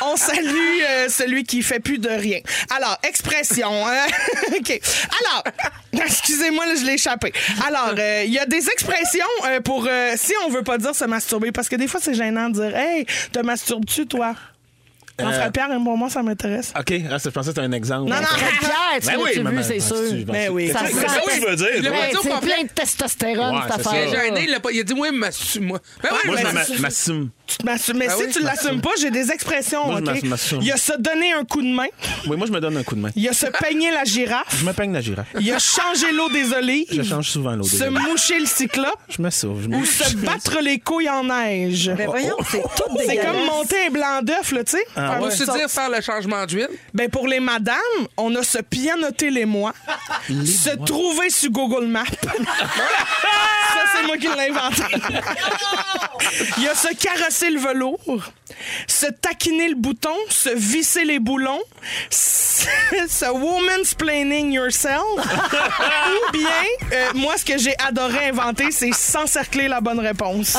on salue euh, celui qui fait plus de rien. Alors, expression. hein. [laughs] OK. Alors, [laughs] excusez-moi, là, je l'ai échappé. Alors, euh, il y a des expressions euh, pour, euh, si on veut pas dire se masturber, parce que des fois, c'est gênant de dire, hey, te masturbes-tu, toi?
Euh,
Jean-Frappière, pour moi, ça m'intéresse.
OK, ah, c'est- je pensais que c'était un exemple.
Non, non,
Pierre, tu
Ben oui,
l'as-tu vu,
maman,
c'est
ben, tu-
sûr.
ben,
Mais
c'est-
oui.
c'est
Ça
C'est ça
sent-
que je veux dire.
Le-
toi.
Ouais,
Hey,
c'est
C'est
complet.
plein de testostérone,
Ouais,
cette
c'est ça.
Il est
Ah.
affaire.
gêné, il l'a pas- il a dit oui, m'assume-moi. Ben oui,
Moi, je
mais-
m'assume- m'assume.
Tu te m'assumes. Mais
Ben
si
oui.
tu l'assumes pas, j'ai des expressions.
Moi, je
OK?
m'assume- m'assume.
Il y a se donner un coup de main.
Oui, moi, je me donne un coup de main.
Il y a
[laughs]
se peigner la
Je
girafe.
me peigne la girafe.
Il y a changer l'eau des olives.
Je change souvent l'eau.
Se moucher le cyclope.
Je me sauve. [laughs] Je me...
Ou se battre les couilles en neige.
Ben voyons, c'est tout
C'est
dégueulasse.
comme monter un blanc d'œuf, là, tu sais.
Ah
Faire
On va
une
se
sorte-
dire faire le changement d'huile.
Ben pour les madames, on a se pianoter les mois, se trouver sur Google
[laughs]
Maps. Ça, c'est moi qui l'ai inventé. Il y a se caresser le velours, se taquiner le bouton, se visser les boulons, [laughs] se se woman's planning yourself. Ou bien, euh, moi, ce que j'ai adoré inventer, c'est s'encercler la bonne réponse.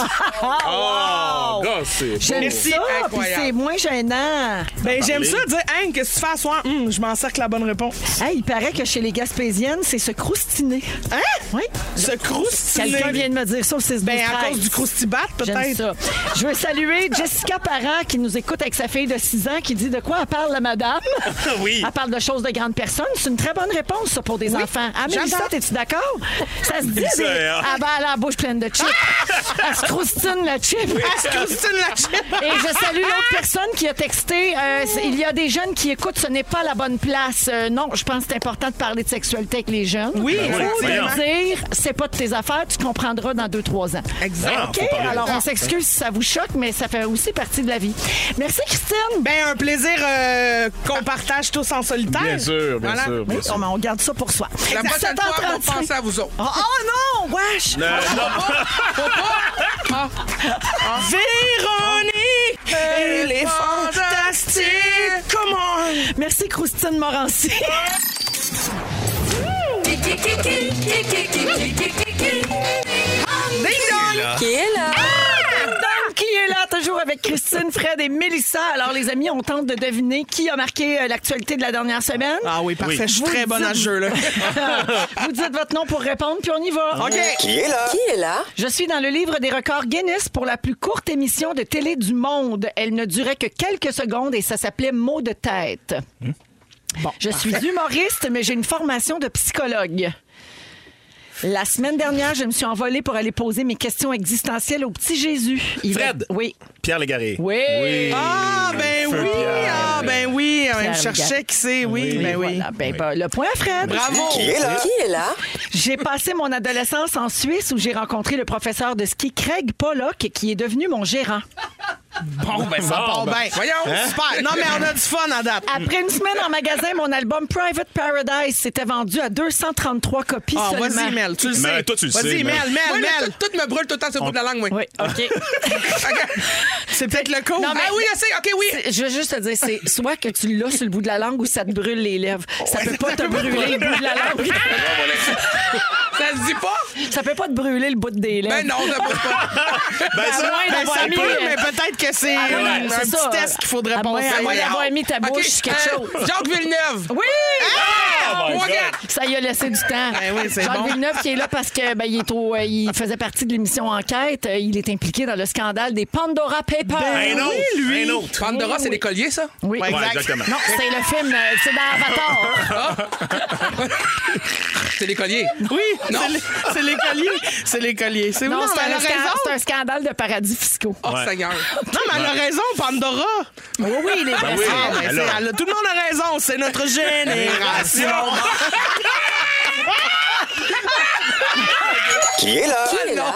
Oh, gars, c'est.
Ah, J'aime
Merci,
ça, puis
incroyable.
c'est moins gênant.
Ben, j'aime ça dire, hein, que tu fais à soir, Hum, je m'encercle la bonne réponse.
Hey, il paraît que chez les Gaspésiennes, c'est se croustiner.
Hein?
Oui.
Se croustiller.
Quelqu'un vient de me dire ça au 6
Ben, à cause du croustibat,
J'aime
peut-être.
ça. Je veux saluer Jessica Parent qui nous écoute avec sa fille de 6 ans qui dit de quoi elle parle la madame.
Oui.
Elle parle de choses de grandes personnes. C'est une très bonne réponse ça, pour des enfants. Ah, Mélissa,
j'adore.
t'es-tu d'accord? Ça se dit.
Mélissa,
des-
elle.
Ah, ben, elle a la bouche pleine de chips. Elle se croustine le chip.
Ah, se croustille la [laughs] chip.
Et je salue l'autre personne qui a texté. euh, c'est- il y a des jeunes qui écoutent, ce n'est pas la bonne place. Euh, non, je pense que c'est important de parler de sexualité avec les jeunes.
Oui,
Ben oui,
Faut
voyons.
le dire, c'est pas de tes affaires, tu comprendras dans 2-3 ans.
Ah,
OK,
faut parler de
alors
ça.
on s'excuse si ça vous choque, mais ça fait aussi partie de la vie. Merci, Christine.
Ben, un plaisir euh, qu'on partage tous en solitaire.
Bien sûr, bien
Voilà.
sûr. bien sûr.
Oh, mais on garde ça pour soi.
La prochaine fois, on va
17h35.
penser à vous autres.
Oh, oh non, wesh!
Euh, non,
Véronique, Ah. elle est fantastique. Come on.
Merci, Christine Morancy.
[laughs]
Qui est là?
Dame qui est là, toujours avec Christine, Fred et Mélissa. Alors, les amis, on tente de deviner qui a marqué euh, l'actualité de la dernière semaine.
Ah oui, parfait. Je suis
Vous
très bonne à ce
dites-
jeu-là.
[laughs] Vous dites votre nom pour répondre, puis on y va.
OK.
Qui est là? Qui est là?
Je suis dans le livre des records Guinness pour la plus courte émission de télé du monde. Elle ne durait que quelques secondes et ça s'appelait Mots de tête. Je suis humoriste, mais j'ai une formation de psychologue. La semaine dernière, je me suis envolée pour aller poser mes questions existentielles au petit Jésus. Il va-
Fred.
Oui.
Pierre Légaré.
Oui.
Ah, ben
Feu
oui.
Pierre.
Ah, ben oui. Ah,
Pierre
Je cherchais qui c'est. Oui, ben oui.
Voilà. Ben, ben, le point à Fred.
Bravo.
est là? Qui est là?
J'ai passé mon adolescence en Suisse où j'ai rencontré le professeur de ski Craig Pollock qui est devenu mon gérant.
Bon, ben ça
Bon,
part
ben.
bien.
Voyons.
Super. Non, mais on a du fun à date.
Après une semaine en magasin, mon album Private Paradise s'était vendu à 233 copies
Ah,
seulement.
vas-y, Mel, tu le sais.
Mais toi, tu le sais,
Vas-y, Mel,
Mel.
Moi,
Mel,
là,
Mel.
tout, tout me brûle tout le temps sur le bout de la langue, moi.
Oui, OK.
C'est peut-être le coup.
Ah oui, je sais, OK, oui.
Je veux juste te dire, c'est soit que tu l'as sur le bout de la langue ou ça te brûle les lèvres. Ça peut pas te brûler le bout de la langue.
Ça se dit pas?
Ça peut pas te brûler le bout des lèvres.
Ben non, ça bouge pas.
Ben
À
ça,
moins
Ben,
d'avoir
ça
mis,
peut,
euh,
mais peut-être que c'est
Ah oui,
euh, un
c'est ça.
petit test qu'il faudrait
À moins-
penser. Ben,
à moins
Voyons.
d'avoir mis ta
Ah, OK,
bouche quelque
euh,
chose. Ah,
Jacques Villeneuve.
Oui!
oh my
Trois,
God.
quatre.
Ça y a laissé du temps.
Ah, Ben oui, c'est
Jacques
bon.
Villeneuve qui est là parce que ben, il, est au- euh, il faisait partie de l'émission Enquête. Euh, Il est impliqué dans le scandale des Pandora Papers.
Un autre,
Ben lui.
un autre.
Oh.
Pandora, c'est des colliers, ça?
Oui.
Ouais,
Ouais,
Exact. Ah
exactement.
Non, c'est le film, euh, c'est dans
[laughs]
Avatar. Ah.
[laughs] C'est des colliers.
Oui, c'est les- c'est les colliers. C'est les colliers. C'est
Non,
non,
c'est
mais elle
un,
a
scan-
raison.
c'est un scandale de paradis fiscaux.
Oh,
Ouais.
Seigneur.
Non, mais elle a raison, Pandora.
Oui, oui, il est
Ben
vrai,
oui.
ça.
Ah, mais
alors.
c'est- elle a- tout le monde a raison. C'est notre génération.
Qui est là?
Qui
Oh
est là?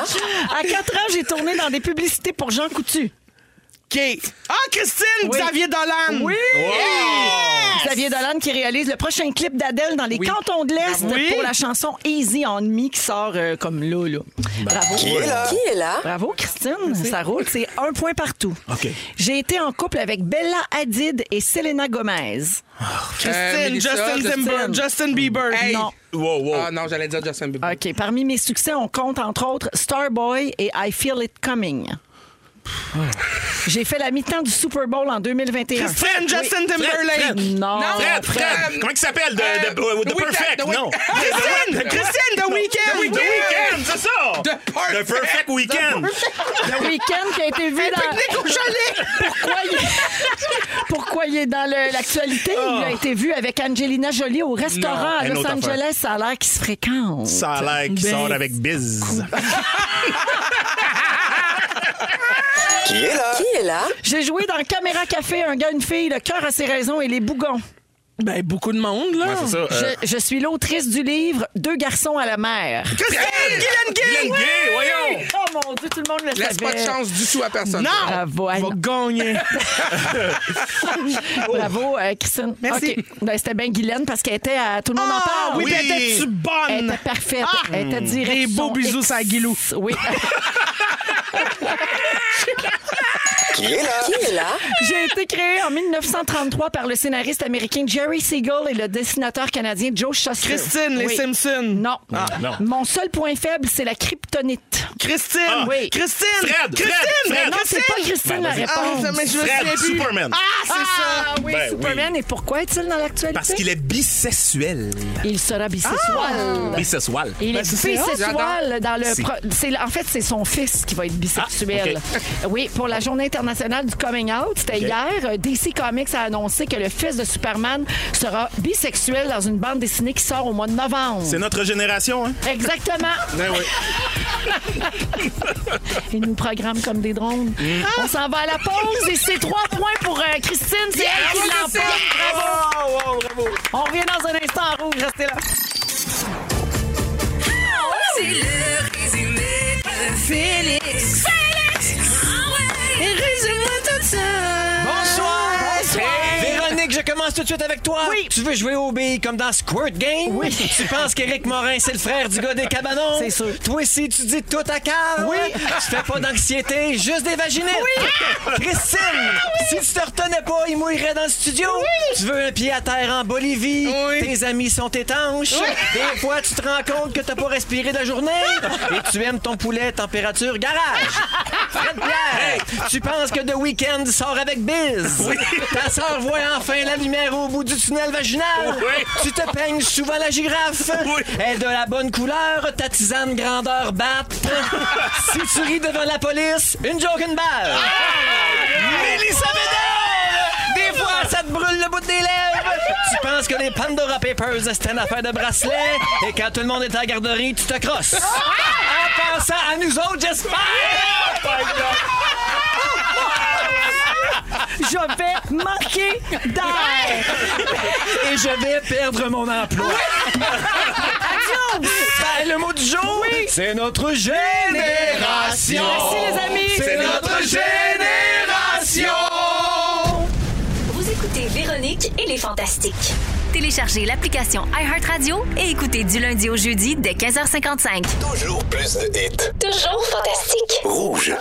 À 4 ans, j'ai tourné dans des publicités pour Jean Coutu.
OK. Ah, Christine,
Oui.
Xavier Dolan. Oui.
Xavier Dolan qui réalise le prochain clip d'Adèle dans les
Oui.
cantons de l'Est
Oui.
pour la chanson Easy on Me qui sort euh, comme là, là. Bravo.
Qui est là?
Bravo, Christine. Ça roule. C'est un point partout.
OK.
J'ai été en couple avec Bella Hadid et Selena Gomez.
Christine,
Euh, Mélissa,
Justin
Justin.
Timber, Justin Bieber.
Hey.
Non.
Wow, wow.
Ah non, j'allais dire Justin Bieber.
OK. Parmi mes succès, on compte entre autres Starboy et I Feel It Coming. J'ai fait la mi-temps du Super Bowl en 2021.
Christine, Justin Timberlake.
Fred.
Non.
Non.
Fred, Fred.
Euh,
Comment il s'appelle? The,
euh,
the- euh, the
The Weeknd,
Perfect,
The Weeknd.
non.
Christine, Christine, The
The
Weeknd.
Weeknd, c'est ça.
The Perfect.
The Perfect Weekend.
Le week-end qui a été vu dans...
Pique-nique au chalet.
Pourquoi il, Pourquoi il est dans le- l'actualité? Il a été vu avec Angelina Jolie au restaurant à
Une
Los
autre affaire.
Angeles. Ça a l'air qu'ils se fréquentent.
Ça a l'air qu'il
Ben,
sort avec Biz.
Qui est là?
Qui est là?
J'ai joué dans Caméra Café, un gars, une fille, le cœur à ses raisons et les bougons.
Ben, beaucoup de monde, là.
Ouais, c'est ça. euh,
Je, je suis l'autrice du livre Deux garçons à la mer.
Christine, Guylaine Gay.
Glenn Gay, voyons.
Oh mon Dieu, tout le monde le savait.
Laisse pas de chance du tout à personne.
Non.
Bravo, Anne.
Va gagner.
Bravo, euh, Christine.
Merci.
OK. Ben, C'était bien Guylaine parce qu'elle était à Tout le monde en
Ah,
parle.
oui,
Oui.
ben, t'es-tu
Elle
bonne?
était parfaite.
Ah!
Elle était directe.
Des beaux
Son
bisous
ex-
à Guilou.
Oui.
[laughs] Qui est là?
Qui est là?
J'ai été créé en 1933 par le scénariste américain Jerry Siegel et le dessinateur canadien Joe Shuster.
Christine, les Ah.
Oui.
Simpsons.
Non.
non.
Mon seul point faible, c'est la kryptonite.
Christine.
Ah.
Oui.
Christine.
Fred,
Christine.
Fred, Fred.
Non, c'est
Christine.
pas
Ben,
Christine la réponse.
Ah, mais je me souviens
Fred,
plus.
Superman.
Ah, c'est ça.
Ah oui,
Ben
Superman. Et pourquoi est-il dans l'actualité?
Parce qu'il est Ah! bisexuel.
Il sera bisexuel.
Bisexuel.
Il
Ben,
est
c'est ça.
bisexuel dans le.
Si.
pro- c'est le- en fait, c'est son fils qui va
Ah,
être bisexuel. Oui, pour la Journée internationale du coming out, c'était hier. euh, DC Comics a annoncé que le fils de Superman sera bisexuel dans une bande dessinée qui sort au mois de novembre.
C'est notre génération, hein?
[laughs]
Exactement.
Ben oui.
Il nous programme comme des drones.
Mm.
On s'en va à la pause et c'est trois points pour euh, Christine. C'est elle qui l'emporte. On revient dans un instant en rouge. Restez là.
C'est le résumé de Félix. Félix! Ah ouais! Et résume-moi tout ça!
Bonsoir! Véronique, je commence tout de suite avec toi.
Oui.
Tu veux jouer au billes comme dans Squirt Game?
Oui.
Tu penses qu'Éric Morin, c'est le frère du gars des cabanons?
C'est sûr.
Toi aussi, tu dis tout à cave.
Oui.
Tu fais pas d'anxiété, juste des vaginites. Oui. Christine, si tu te retenais pas, il mouillerait dans le studio. Tu veux un pied à terre en Bolivie.
Oui.
Tes amis sont étanches. Des fois, tu te rends compte que t'as pas respiré de la journée. Et tu aimes ton poulet température garage. Fred Pierre, tu penses que The Weeknd sort avec Biz. Ta sœur voit enfin la lumière au bout du tunnel vaginal.
Oui.
Tu te peignes souvent la girafe.
Oui.
Elle est de la bonne couleur, ta tisane grandeur batte. si tu ris devant la police, une joke, une balle. Mélissa Bédard! Des fois, ça te brûle le bout des lèvres. tu penses que les Pandora Papers, c'est une affaire de bracelet. Et quand tout le monde est à la garderie, tu te crosses. en pensant à nous autres, j'espère!
Je vais manquer d'air.
et je vais perdre mon emploi. Ben, le mot du jour, c'est notre génération.
Merci, les amis.
C'est notre génération.
Véronique et les Fantastiques. Téléchargez l'application iHeartRadio et écoutez du lundi au jeudi dès 15h55.
Toujours plus de hits.
Toujours fantastique.
Rouge.